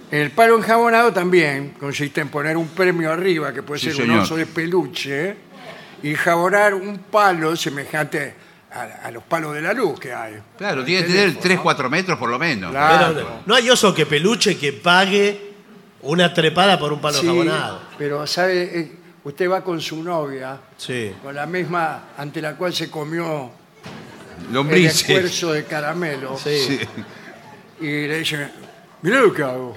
S2: el palo enjabonado también consiste en poner un premio arriba, que puede
S3: Sí,
S2: ser un
S3: señor.
S2: oso de peluche, y jabonar un palo semejante a, a los palos de la luz que hay.
S3: Claro,
S2: El
S3: tiene que tener
S2: teléfono.
S3: 3, 4 metros por lo menos.
S2: Claro.
S4: Pero no hay oso que peluche que pague una trepada por un palo
S2: Sí,
S4: jabonado.
S2: pero sabe, Eh, usted va con su novia,
S4: Sí.
S2: con la misma ante la cual se comió el
S3: Lombrices.
S2: esfuerzo de caramelo,
S4: Sí.
S3: Sí.
S2: y le dice, mirá lo que hago.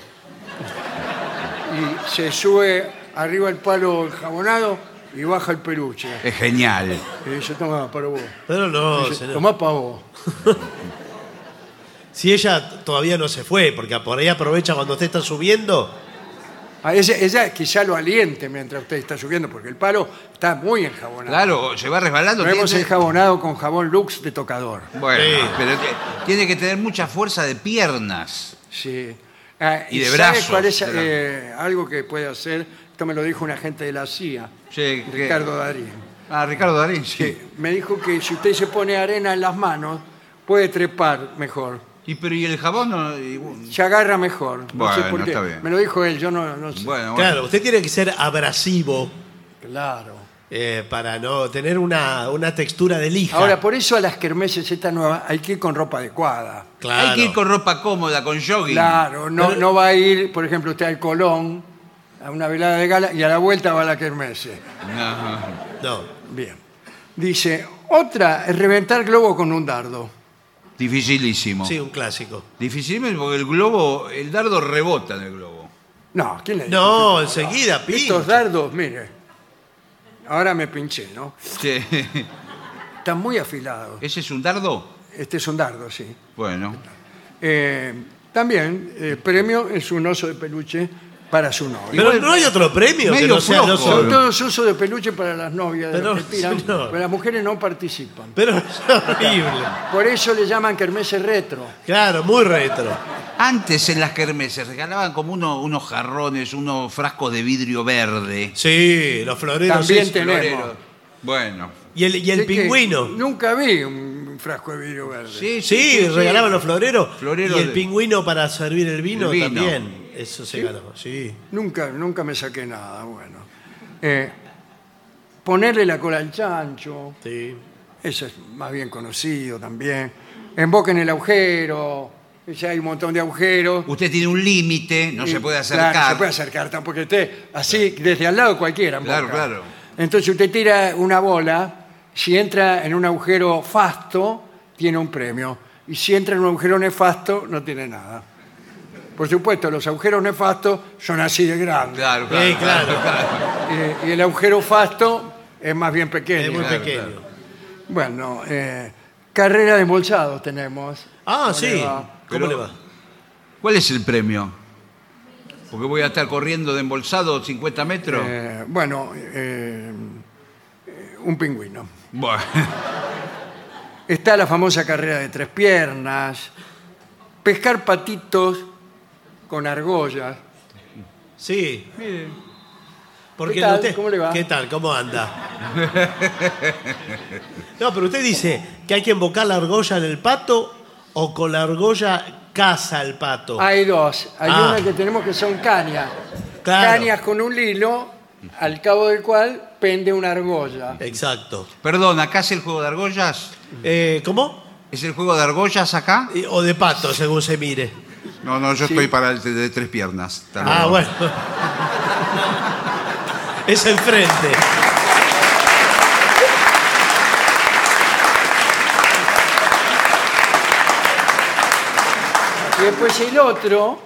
S2: Y se sube arriba el palo jabonado y baja el peluche.
S3: Es genial.
S2: Y dice, toma, para vos.
S4: Pero no,
S2: Dice,
S4: señor.
S2: Tomá para vos.
S4: Si ella todavía no se fue, porque por ahí aprovecha cuando usted está subiendo.
S2: Ah, ella, ella quizá lo aliente mientras usted está subiendo, porque el palo está muy enjabonado.
S3: Claro, se va resbalando.
S2: Lo hemos
S3: tiene-
S2: enjabonado con jabón Lux de tocador.
S3: Bueno,
S4: Sí.
S3: pero que- tiene que tener mucha fuerza de piernas.
S2: Sí. Ah,
S3: Y de
S2: ¿sabe
S3: brazos,
S2: cuál es,
S3: de la-
S2: eh, algo que puede hacer? Esto me lo dijo un agente de la CIA,
S3: Sí, que-
S2: Ricardo Darín.
S3: Ah, Ricardo Darín,
S2: que
S3: sí.
S2: me dijo que si usted se pone arena en las manos, puede trepar mejor.
S3: Y, pero, ¿y el jabón? No? Y- bueno,
S2: Se agarra mejor. No sé
S3: Bueno,
S2: por qué.
S3: está bien.
S2: Me lo dijo él, yo no, no sé.
S3: bueno.
S4: Claro, usted tiene que ser abrasivo
S2: Claro.
S4: eh, para no tener una, una textura de lija.
S2: Ahora, por eso a las kermeses estas nuevas hay que ir con ropa adecuada.
S4: claro.
S3: Hay que ir con ropa cómoda, con jogging.
S2: Claro, no,
S4: Pero-
S2: no va a ir, por ejemplo, usted al Colón, a una velada de gala, y a la vuelta va a la kermesse.
S3: No.
S4: No.
S2: Bien. Dice, otra, es reventar globo con un dardo.
S3: Dificilísimo.
S4: Sí, un clásico.
S3: Dificilísimo porque el globo, el dardo rebota en el globo.
S2: No, ¿quién le dijo?
S4: No, enseguida, pincho.
S2: Estos dardos, mire. Ahora me pinché, ¿no?
S3: Sí.
S2: Están muy afilados.
S3: ¿Ese es un dardo?
S2: Este es un dardo, sí.
S3: Bueno.
S2: Eh, también, el premio es un oso de peluche para su novia.
S4: Pero no hay otro premio que
S3: Medio
S4: no sea el
S3: flojo.
S4: oso.
S2: Son todos osos de peluche para las novias, de
S4: Pero,
S2: los que tiran,
S4: señor.
S2: pero las mujeres no participan.
S4: Pero es horrible.
S2: Por eso le llaman kermesse retro.
S4: Claro, muy retro.
S3: Antes en las kermeses regalaban como uno- unos jarrones, unos frascos de vidrio verde.
S4: Sí, los floreros.
S2: También
S4: sí.
S2: tenemos.
S3: Florero. Bueno.
S4: Y el, y el
S2: Así que
S4: pingüino.
S2: Nunca vi un frasco de vidrio verde.
S4: Sí, regalaban los floreros.
S3: Florero
S4: y el
S3: de-
S4: pingüino para servir el vino,
S3: El vino.
S4: también. Eso se ganó, sí.
S2: Nunca, nunca me saqué nada, bueno. Eh, ponerle la cola al chancho,
S4: sí.
S2: ese es más bien conocido también. Emboquen el agujero, ya hay un montón de agujeros.
S3: Usted tiene un límite, no
S2: Y,
S3: se puede
S2: claro,
S3: acercar.
S2: se puede acercar tampoco, porque usted, así, desde al lado cualquiera. emboca.
S3: Claro, claro.
S2: Entonces usted tira una bola, si entra en un agujero fasto, tiene un premio. Y si entra en un agujero nefasto, no tiene nada. Por supuesto, los agujeros nefastos son así de grandes.
S3: Claro, claro,
S4: Sí, claro.
S2: Eh, y el agujero fasto es más bien pequeño.
S4: Es muy
S3: claro,
S4: pequeño.
S2: Bueno, eh, carrera de embolsados tenemos.
S4: Ah,
S2: ¿Cómo
S4: sí.
S2: le va?
S4: ¿Cómo
S3: Pero-
S4: le va?
S3: ¿Cuál es el premio? Porque voy a estar corriendo de embolsado 50 metros.
S2: Eh, bueno, eh, eh, un pingüino.
S3: Bueno.
S2: Está la famosa carrera de tres piernas, pescar patitos con argollas.
S4: Sí. Porque
S2: ¿Qué tal?
S4: usted-
S2: ¿Cómo le va?
S4: ¿Qué tal? ¿Cómo anda? no, pero usted dice que hay que embocar la argolla del pato o con la argolla caza el pato.
S2: Hay dos. Hay
S4: Oh. Ah.
S2: una que tenemos que son cañas.
S4: Claro.
S2: Cañas con un hilo al cabo del cual pende una argolla.
S4: Exacto.
S3: Perdón, ¿acá es el juego de argollas?
S4: Eh, ¿Cómo?
S3: ¿Es el juego de argollas acá?
S4: Eh, O de pato, según se mire.
S3: No, no, yo
S2: Sí.
S3: estoy para el de tres piernas. Hasta
S4: Ah,
S3: luego.
S4: bueno. es enfrente.
S2: Y después el otro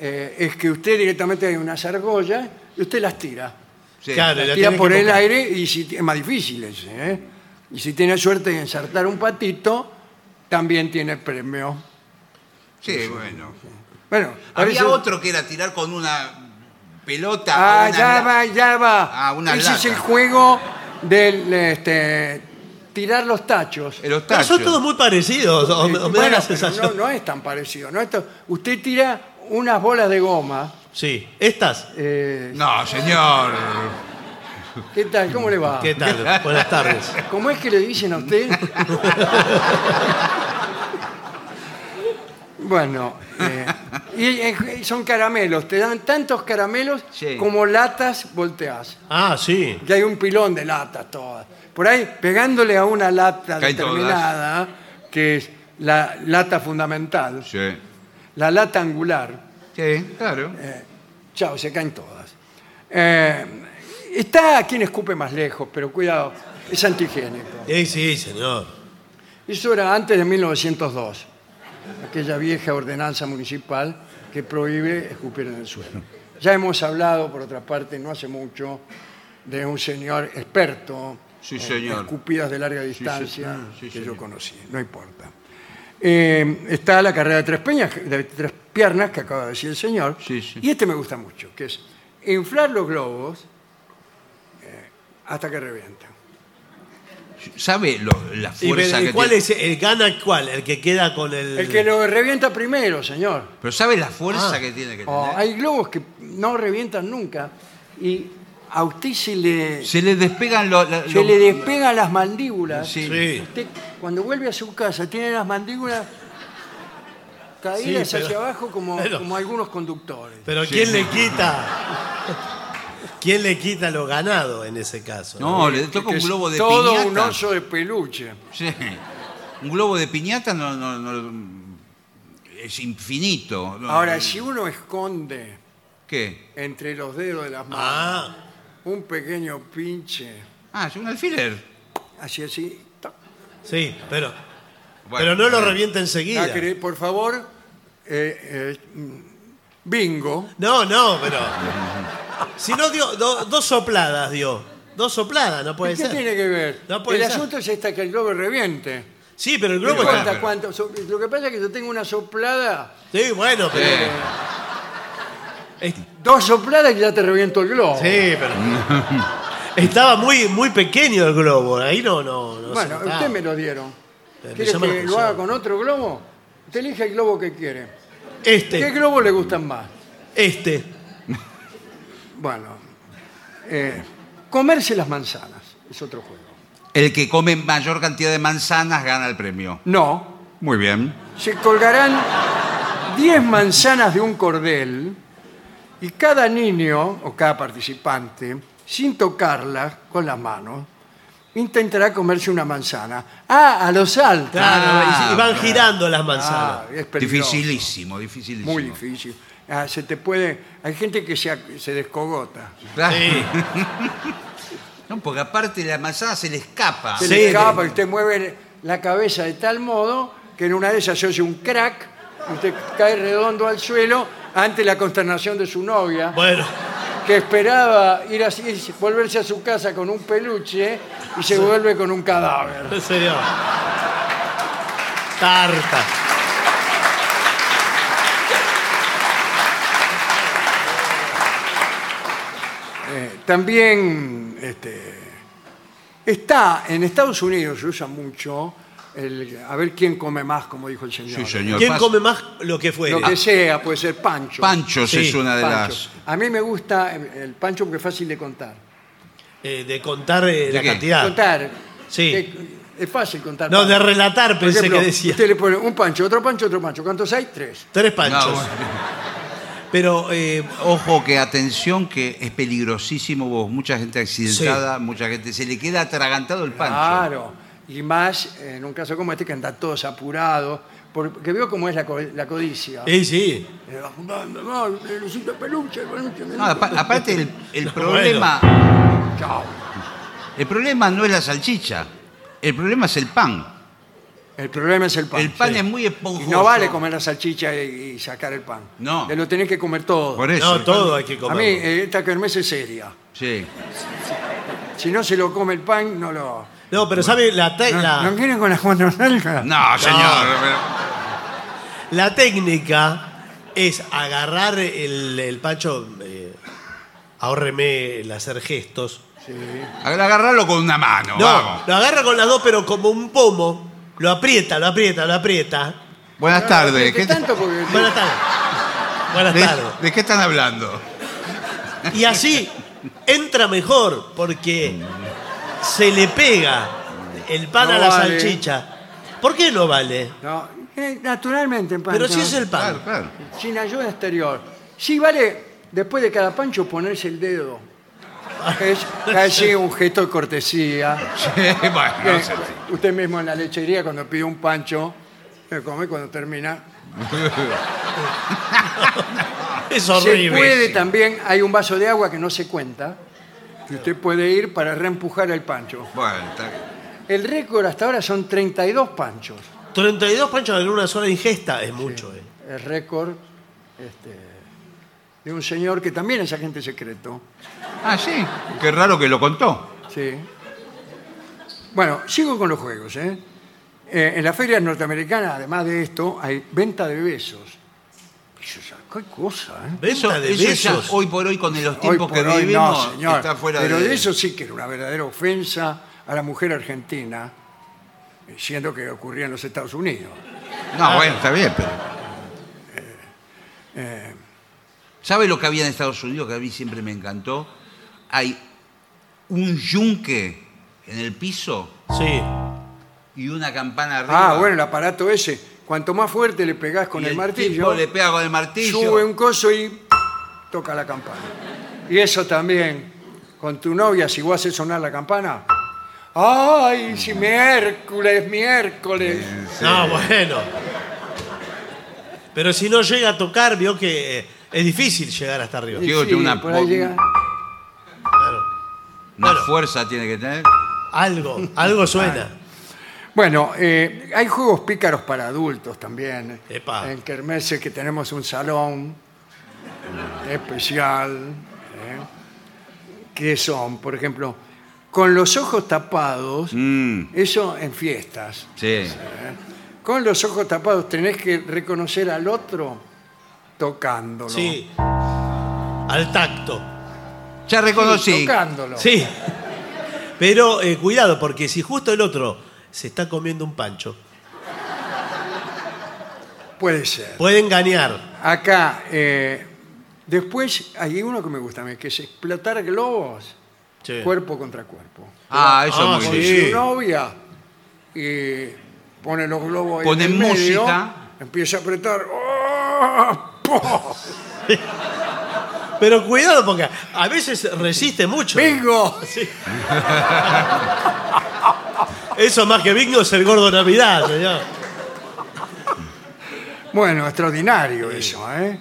S2: eh, es que usted directamente hay unas argollas y usted las tira.
S3: Sí.
S4: Claro, la
S2: Las
S4: tiene
S2: tira
S4: que
S2: por el
S4: comprar.
S2: aire y si, es más difícil ese. ¿eh? Y si tiene suerte de ensartar un patito, también tiene premio.
S3: Sí, bueno.
S2: Bueno,
S3: Había
S2: parece-
S3: otro que era tirar con una pelota. o
S2: Ah,
S3: una
S2: ya
S3: la-
S2: va, ya va.
S3: Ah, una
S2: ese es
S3: lata.
S2: el juego del este, tirar los tachos.
S3: en Los
S4: Pero
S3: tachos.
S4: son todos muy parecidos. o- o me da
S2: Eh,
S4: la
S2: bueno, pero
S4: sensación.
S2: no, no es tan parecido. ¿no? Esto- usted tira unas bolas de goma.
S4: Sí, estas.
S2: eh,
S3: No, señor.
S2: ¿Qué tal? ¿Cómo le va?
S4: ¿Qué tal? Buenas tardes.
S2: ¿Cómo es que le dicen a usted? bueno, eh, y, eh, son caramelos. Te dan tantos caramelos
S3: Sí.
S2: como latas volteás.
S4: Ah, sí.
S2: que hay un pilón de latas todas. Por ahí, pegándole a una lata
S3: Caen
S2: determinada, que es la lata fundamental,
S3: Sí.
S2: la lata angular,
S3: Sí, claro.
S2: chao, se caen todas. Eh, está a quien escupe más lejos, pero cuidado, es antihigiénico.
S4: Sí, sí, señor.
S2: Eso era antes de 1902, aquella vieja ordenanza municipal que prohíbe escupir en el suelo. Ya hemos hablado, por otra parte, no hace mucho, de un señor experto
S3: Sí,
S2: en
S3: señor.
S2: escupidas de larga distancia
S3: señor. Sí,
S2: que yo
S3: señor.
S2: conocí, no importa. Eh, está la carrera de tres, peñas, de tres piernas que acaba de decir el señor,
S3: Sí, sí.
S2: y este me gusta mucho, que es inflar los globos eh, hasta que revientan.
S3: ¿Sabe lo- la
S4: Y
S3: fuerza
S4: ve-
S3: que
S4: ¿Cuál
S3: tiene?
S4: es? eh, El, ¿Gana cuál? El que queda con el.
S2: El que lo revienta primero, señor.
S3: Pero ¿sabe la fuerza
S4: Ah.
S3: que tiene que tener?
S2: Oh, hay globos que no revientan nunca y a usted se le,
S3: Se le despegan los. la-
S2: se
S3: los-
S2: le despegan las mandíbulas.
S3: Sí.
S4: Sí.
S2: Usted, cuando vuelve a su casa tiene las mandíbulas caídas
S4: Sí, pero-
S2: hacia abajo como,
S4: pero-
S2: como algunos conductores.
S4: Pero ¿quién le quita? ¿Quién le quita lo ganado en ese caso?
S3: No, le toca
S2: Que
S3: un
S2: Este es
S3: globo de
S2: todo
S3: piñata.
S2: un oso de peluche.
S3: Sí. Un globo de piñata no, no- no- es infinito. No,
S2: Ahora,
S3: no-
S2: si uno esconde
S3: ¿Qué?
S2: entre los dedos de las manos
S4: Ah,
S2: un pequeño pinche,
S3: Ah, es un alfiler.
S2: así así, toc,
S4: sí, pero.
S3: Bueno,
S4: pero no lo
S3: eh,
S4: revienta enseguida.
S2: Acre, por favor, eh, eh, mm, bingo.
S4: No, no, pero. Si no dio. do- dos sopladas dio. Dos sopladas, no puede
S2: ¿Qué
S4: ser.
S2: tiene que ver?
S4: No puede
S2: el
S4: ser.
S2: asunto es esta que el globo reviente.
S4: Sí, pero el
S2: No
S4: globo
S3: Pero
S4: está.
S2: importa
S3: bueno.
S2: cuánto. so- Lo que pasa es que yo tengo una soplada,
S4: Sí, bueno,
S3: Sí.
S4: pero. es-
S2: dos sopladas y ya te reviento el globo.
S4: Sí, pero. Estaba muy, muy pequeño el globo, ahí no, no, no
S2: bueno,
S4: se notaba.
S2: usted me lo dieron.
S4: Ah. Eh, me
S2: ¿Quiere
S4: llama la
S2: que lo
S4: atención.
S2: haga con otro globo? Usted elige el globo que quiere. ¿Qué
S4: Este,
S2: globo le gustan más?
S4: este.
S2: Bueno, eh, comerse las manzanas es otro juego.
S3: El que come mayor cantidad de manzanas gana el premio.
S2: No,
S3: Muy bien.
S2: se colgarán 10 manzanas de un cordel y cada niño o cada participante, sin tocarlas con las manos, intentará comerse una manzana. Ah, a los saltos.
S4: Claro,
S3: Ah,
S4: y van
S3: claro.
S4: girando las
S2: Ah,
S4: manzanas.
S2: es peligroso.
S3: Dificilísimo, dificilísimo.
S2: Muy difícil. Ah, se te puede. Hay gente que se, ac- se descogota.
S3: Claro.
S4: Sí.
S3: No, porque aparte la manzana se le escapa.
S2: Se
S4: Sí.
S2: le escapa, y usted mueve la cabeza de tal modo que en una de esas se oye un crack, y usted cae redondo al suelo ante la consternación de su novia.
S4: Bueno,
S2: que esperaba ir así, volverse a su casa con un peluche y se vuelve con un cadáver.
S4: en serio. Tarta.
S2: Eh, también este, está en Estados Unidos, se usa mucho el a ver quién come más, como dijo el señor.
S3: Sí, señor.
S4: ¿Quién
S3: Pas-
S4: come más lo que fuere? Ah,
S2: Lo que sea, puede ser pancho.
S3: Panchos
S4: Sí,
S3: es una de
S2: Pancho.
S3: las.
S2: A mí me gusta el, el pancho porque es fácil de contar.
S4: Eh, de contar eh, la
S3: qué?
S4: cantidad.
S2: Contar.
S4: Sí.
S2: que- es fácil contar.
S4: No,
S2: pancho.
S4: de relatar
S2: Por
S4: pensé
S2: ejemplo,
S4: que decía.
S2: Usted le pone un pancho, otro pancho, otro pancho. ¿Cuántos hay? Tres.
S4: Tres panchos.
S3: No, bueno.
S4: Pero, eh,
S3: Ojo que atención que es peligrosísimo vos. Mucha gente accidentada, mucha gente. Se le queda atragantado el pancho.
S2: Claro, y más en un caso como este que andan todos apurados, porque veo cómo es la, co- la codicia.
S4: Sí, sí.
S2: Eh, No, no, no, Luisito Peluche, Peluche,
S3: No, apa- aparte, el, el problema.
S2: Chao.
S3: El problema no es la salchicha. El problema es el pan.
S2: El problema es el pan.
S3: El pan
S4: sí.
S3: es muy
S2: Y
S3: esponjoso.
S2: no vale comer la salchicha y, y sacar el pan.
S3: No.
S2: Te lo tenés que comer todo.
S3: Por eso.
S4: No, todo hay que
S2: A mí,
S4: comer.
S2: eh, esta kermés es seria.
S3: Sí.
S2: Si no se lo come el pan, no lo.
S4: No, pero ¿sabe? La, te-
S2: ¿No,
S4: la-
S2: ¿no quieren con las cuatro nalgas?
S3: No, señor. pero-
S4: la técnica es agarrar el, el pancho. eh, ahórreme el hacer gestos.
S3: Agarrarlo con una mano.
S4: No,
S3: Vamos.
S4: lo agarra con las dos, pero como un pomo. Lo aprieta, lo aprieta, lo aprieta.
S3: Buenas tardes.
S2: ¿Qué
S3: ¿Qué
S2: tanto? Porque-
S4: Buenas tardes. Buenas tardes.
S3: ¿De, de qué están hablando?
S4: Y así entra mejor porque se le pega el pan
S2: No
S4: a la
S2: vale.
S4: salchicha. ¿Por qué no vale?
S2: No, eh, naturalmente, en pan.
S4: Pero
S2: ¿no?
S4: si es el pan.
S3: Claro, claro.
S2: Sin ayuda exterior. Sí, vale, después de cada pancho ponerse el dedo. Es casi un gesto de cortesía.
S3: Ah, Sí, bueno, no sé.
S2: Usted mismo en la lechería, cuando pide un pancho, se come cuando termina.
S4: Es
S2: Se
S4: horrible.
S2: puede también, hay un vaso de agua que no se cuenta, que usted puede ir para reempujar el pancho.
S3: Bueno, está bien.
S2: El récord hasta ahora son 32 panchos.
S4: 32 panchos en una sola ingesta es mucho. eh.
S2: El récord este, de un señor que también es agente secreto.
S3: Ah, sí. Qué raro que lo contó.
S2: Sí. Bueno, sigo con los juegos. ¿eh? Eh, en las ferias norteamericanas, además de esto, hay venta de besos. Eso es- ¡Qué cosa! ¿eh?
S4: Venta de
S3: eso ya,
S4: besos.
S3: hoy por hoy, con los
S2: Hoy
S3: tiempos
S2: por
S3: que
S2: hoy
S3: vivimos,
S2: no, señor.
S3: está fuera
S2: Pero
S3: de...
S2: de eso sí que era una verdadera ofensa a la mujer argentina, siendo que ocurría en los Estados Unidos.
S3: No, bueno, está bien, pero.
S2: Eh,
S3: ¿Sabe lo que había en Estados Unidos que a mí siempre me encantó? Hay un yunque en el piso
S4: Sí.
S3: y una campana arriba.
S2: Ah, bueno, el aparato ese. Cuanto más fuerte le pegás con
S3: Y
S2: el,
S3: tipo
S2: martillo,
S3: le pega con el martillo.
S2: sube un coso y toca la campana. Y eso también, con tu novia, si vos haces sonar la campana. ¡Ay, si miércoles, miércoles!
S4: No, bueno. Pero si no llega a tocar, vio que eh, es difícil llegar hasta arriba.
S3: Digo, tiene una
S2: por ahí
S3: po-
S2: llega.
S4: Claro.
S3: Una
S4: Bueno.
S3: fuerza tiene que tener.
S4: Algo, algo suena.
S2: Bueno, eh, hay juegos pícaros para adultos también.
S4: Epa.
S2: En Kermeses que tenemos un salón especial. ¿eh? que son? Por ejemplo, con los ojos tapados,
S3: Mm,
S2: eso en fiestas.
S3: sí.
S2: Con los ojos tapados tenés que reconocer al otro tocándolo.
S4: Sí. Al tacto.
S3: Ya reconocí.
S2: Tocándolo.
S4: Sí. Pero eh, cuidado, porque si justo el otro se está comiendo un pancho,
S2: Puede ser.
S4: puede engañar.
S2: Acá, eh, después hay uno que me gusta a mí, que es explotar globos
S4: Sí.
S2: cuerpo contra cuerpo.
S3: ah, eso
S4: Ah,
S3: es muy
S2: con
S4: sí.
S3: bien.
S2: su novia y pone los globos en
S3: Pone
S2: el medio,
S3: música.
S2: empieza a apretar ¡Oh! ¡Po!
S4: Pero cuidado, porque a veces resiste mucho.
S2: bingo
S4: Eso más que bingo es el gordo Navidad, señor.
S2: bueno extraordinario eso ¿eh?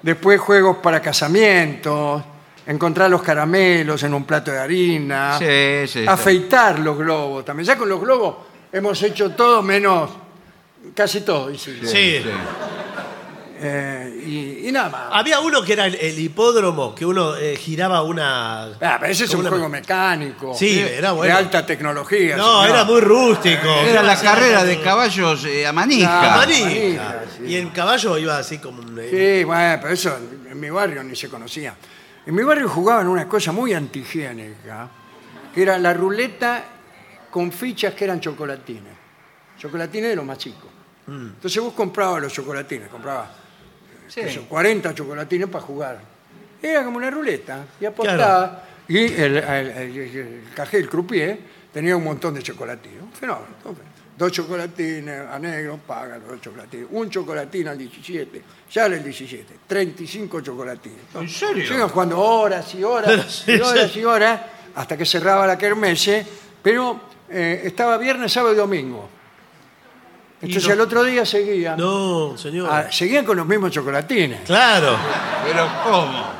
S2: después juegos para casamientos encontrar los caramelos en un plato de harina
S3: Sí, sí, sí.
S2: afeitar los globos también ya con los globos hemos hecho todo menos casi todo hicimos.
S4: Sí.
S2: Eh, y, y nada más
S4: Había uno que era el, el hipódromo, que uno eh, giraba una.
S2: Ah, pero ese es
S4: como
S2: un
S4: una-
S2: juego mecánico
S4: Sí, era bueno.
S2: de alta tecnología
S4: No,
S2: señor.
S4: era muy rústico.
S3: Era la carrera de caballos eh, a manija.
S2: Ah,
S4: Manija.
S2: manija, sí.
S4: Y el caballo iba así como un.
S2: Sí, bueno, pero eso en en mi barrio ni se conocía. En mi barrio jugaban una cosa muy antihigiénica, que era la ruleta con fichas que eran chocolatines. Chocolatines de los más chicos. Entonces vos comprabas los chocolatines, comprabas qué sé yo, 40 chocolatines para jugar. Era como una ruleta, y apostabas. Y el, el, el- el cajé, el croupier, tenía un montón de chocolatines. Un fenómeno. un fenómeno. Dos chocolatines a negro, paga los dos chocolatines. Un chocolatín al 17, sale el 17. 35 chocolatines.
S3: ¿En serio?
S2: Sigan jugando horas y horas y horas y horas hasta que cerraba la kermesse, pero eh, estaba viernes, sábado y domingo. Entonces
S4: no-
S2: al otro día seguían,
S4: No, señor.
S2: ah, seguían con los mismos chocolatines.
S4: Claro.
S3: Pero ¿cómo?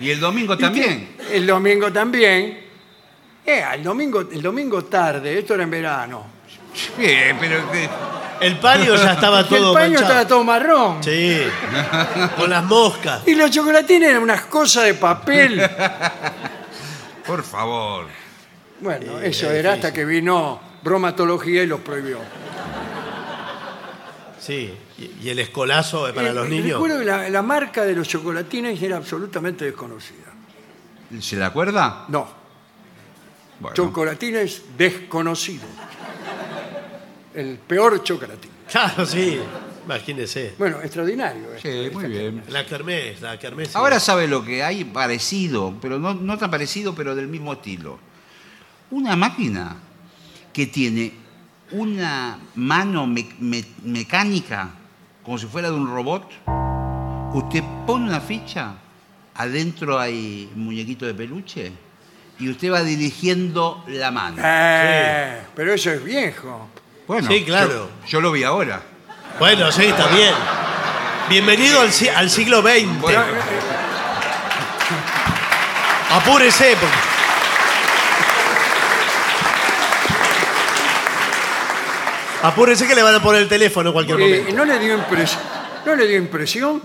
S3: ¿Y el domingo también?
S2: El domingo también. Eh, el domingo, el domingo tarde, esto era en verano.
S3: Sí, pero eh, que-
S4: El paño ya estaba
S2: Porque
S4: todo
S2: el paño
S4: manchado.
S2: estaba todo marrón.
S4: Sí. Con las moscas.
S2: Y los chocolatines eran unas cosas de papel.
S3: por favor.
S2: Bueno, eso era hasta que vino bromatología y los prohibió.
S4: Sí. Y, y el escolazo eh, para
S2: Eh,
S4: los niños.
S2: Recuerdo que la, la marca de los chocolatines era absolutamente desconocida.
S3: ¿Se le acuerda?
S2: No,
S3: Bueno.
S2: chocolatines desconocidos. El peor chocolatín.
S4: Claro, sí. Imagínese.
S2: Bueno, extraordinario. eh. esto.
S3: Sí, muy bien.
S4: La kermés, la kermés. sí.
S3: Ahora sabe lo que hay parecido, pero no, no tan parecido, pero del mismo estilo. Una máquina que tiene una mano me- me- mecánica, como si fuera de un robot. Usted pone una ficha, adentro hay un muñequito de peluche, y usted va dirigiendo la mano.
S2: Eh, Pero eso es viejo.
S3: Bueno,
S4: Sí, claro.
S3: Yo, yo lo vi ahora.
S4: Bueno, sí, está bien. Bienvenido al, si- al siglo XX.
S3: Bueno.
S4: Apúrese. porque- Apúrese que le van a poner el teléfono en cualquier
S2: Eh,
S4: momento.
S2: ¿no, le dio impres- ¿No le dio impresión?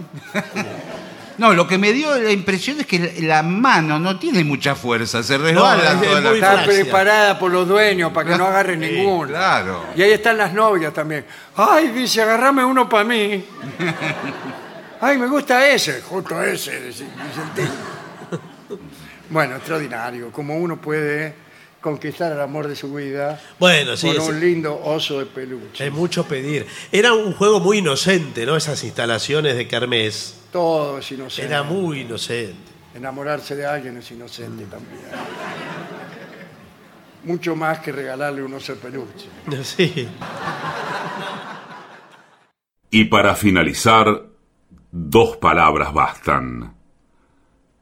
S3: No, lo que me dio la impresión es que la la mano no tiene mucha fuerza, se resbala
S4: es- es
S3: toda la
S4: muy
S2: Está
S4: Francia.
S2: preparada por los dueños para que no agarren
S3: Sí,
S2: ninguno.
S3: claro.
S2: Y ahí están las novias también. Ay, dice, agarrame uno para mí. Ay, me gusta ese, justo ese, dice- dice el tipo. Bueno, extraordinario. Como uno puede conquistar el amor de su vida
S4: Bueno, sí, Eh,
S2: con
S4: es,
S2: un lindo oso de peluche.
S4: es mucho pedir. Era un juego muy inocente, ¿no? Esas instalaciones de Carmes.
S2: Todo es inocente.
S4: Era muy inocente.
S2: Enamorarse de alguien es inocente también. Mucho más que regalarle un oso de peluche.
S4: Sí.
S5: Y para finalizar, dos palabras bastan.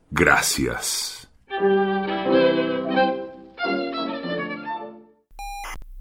S5: Gracias.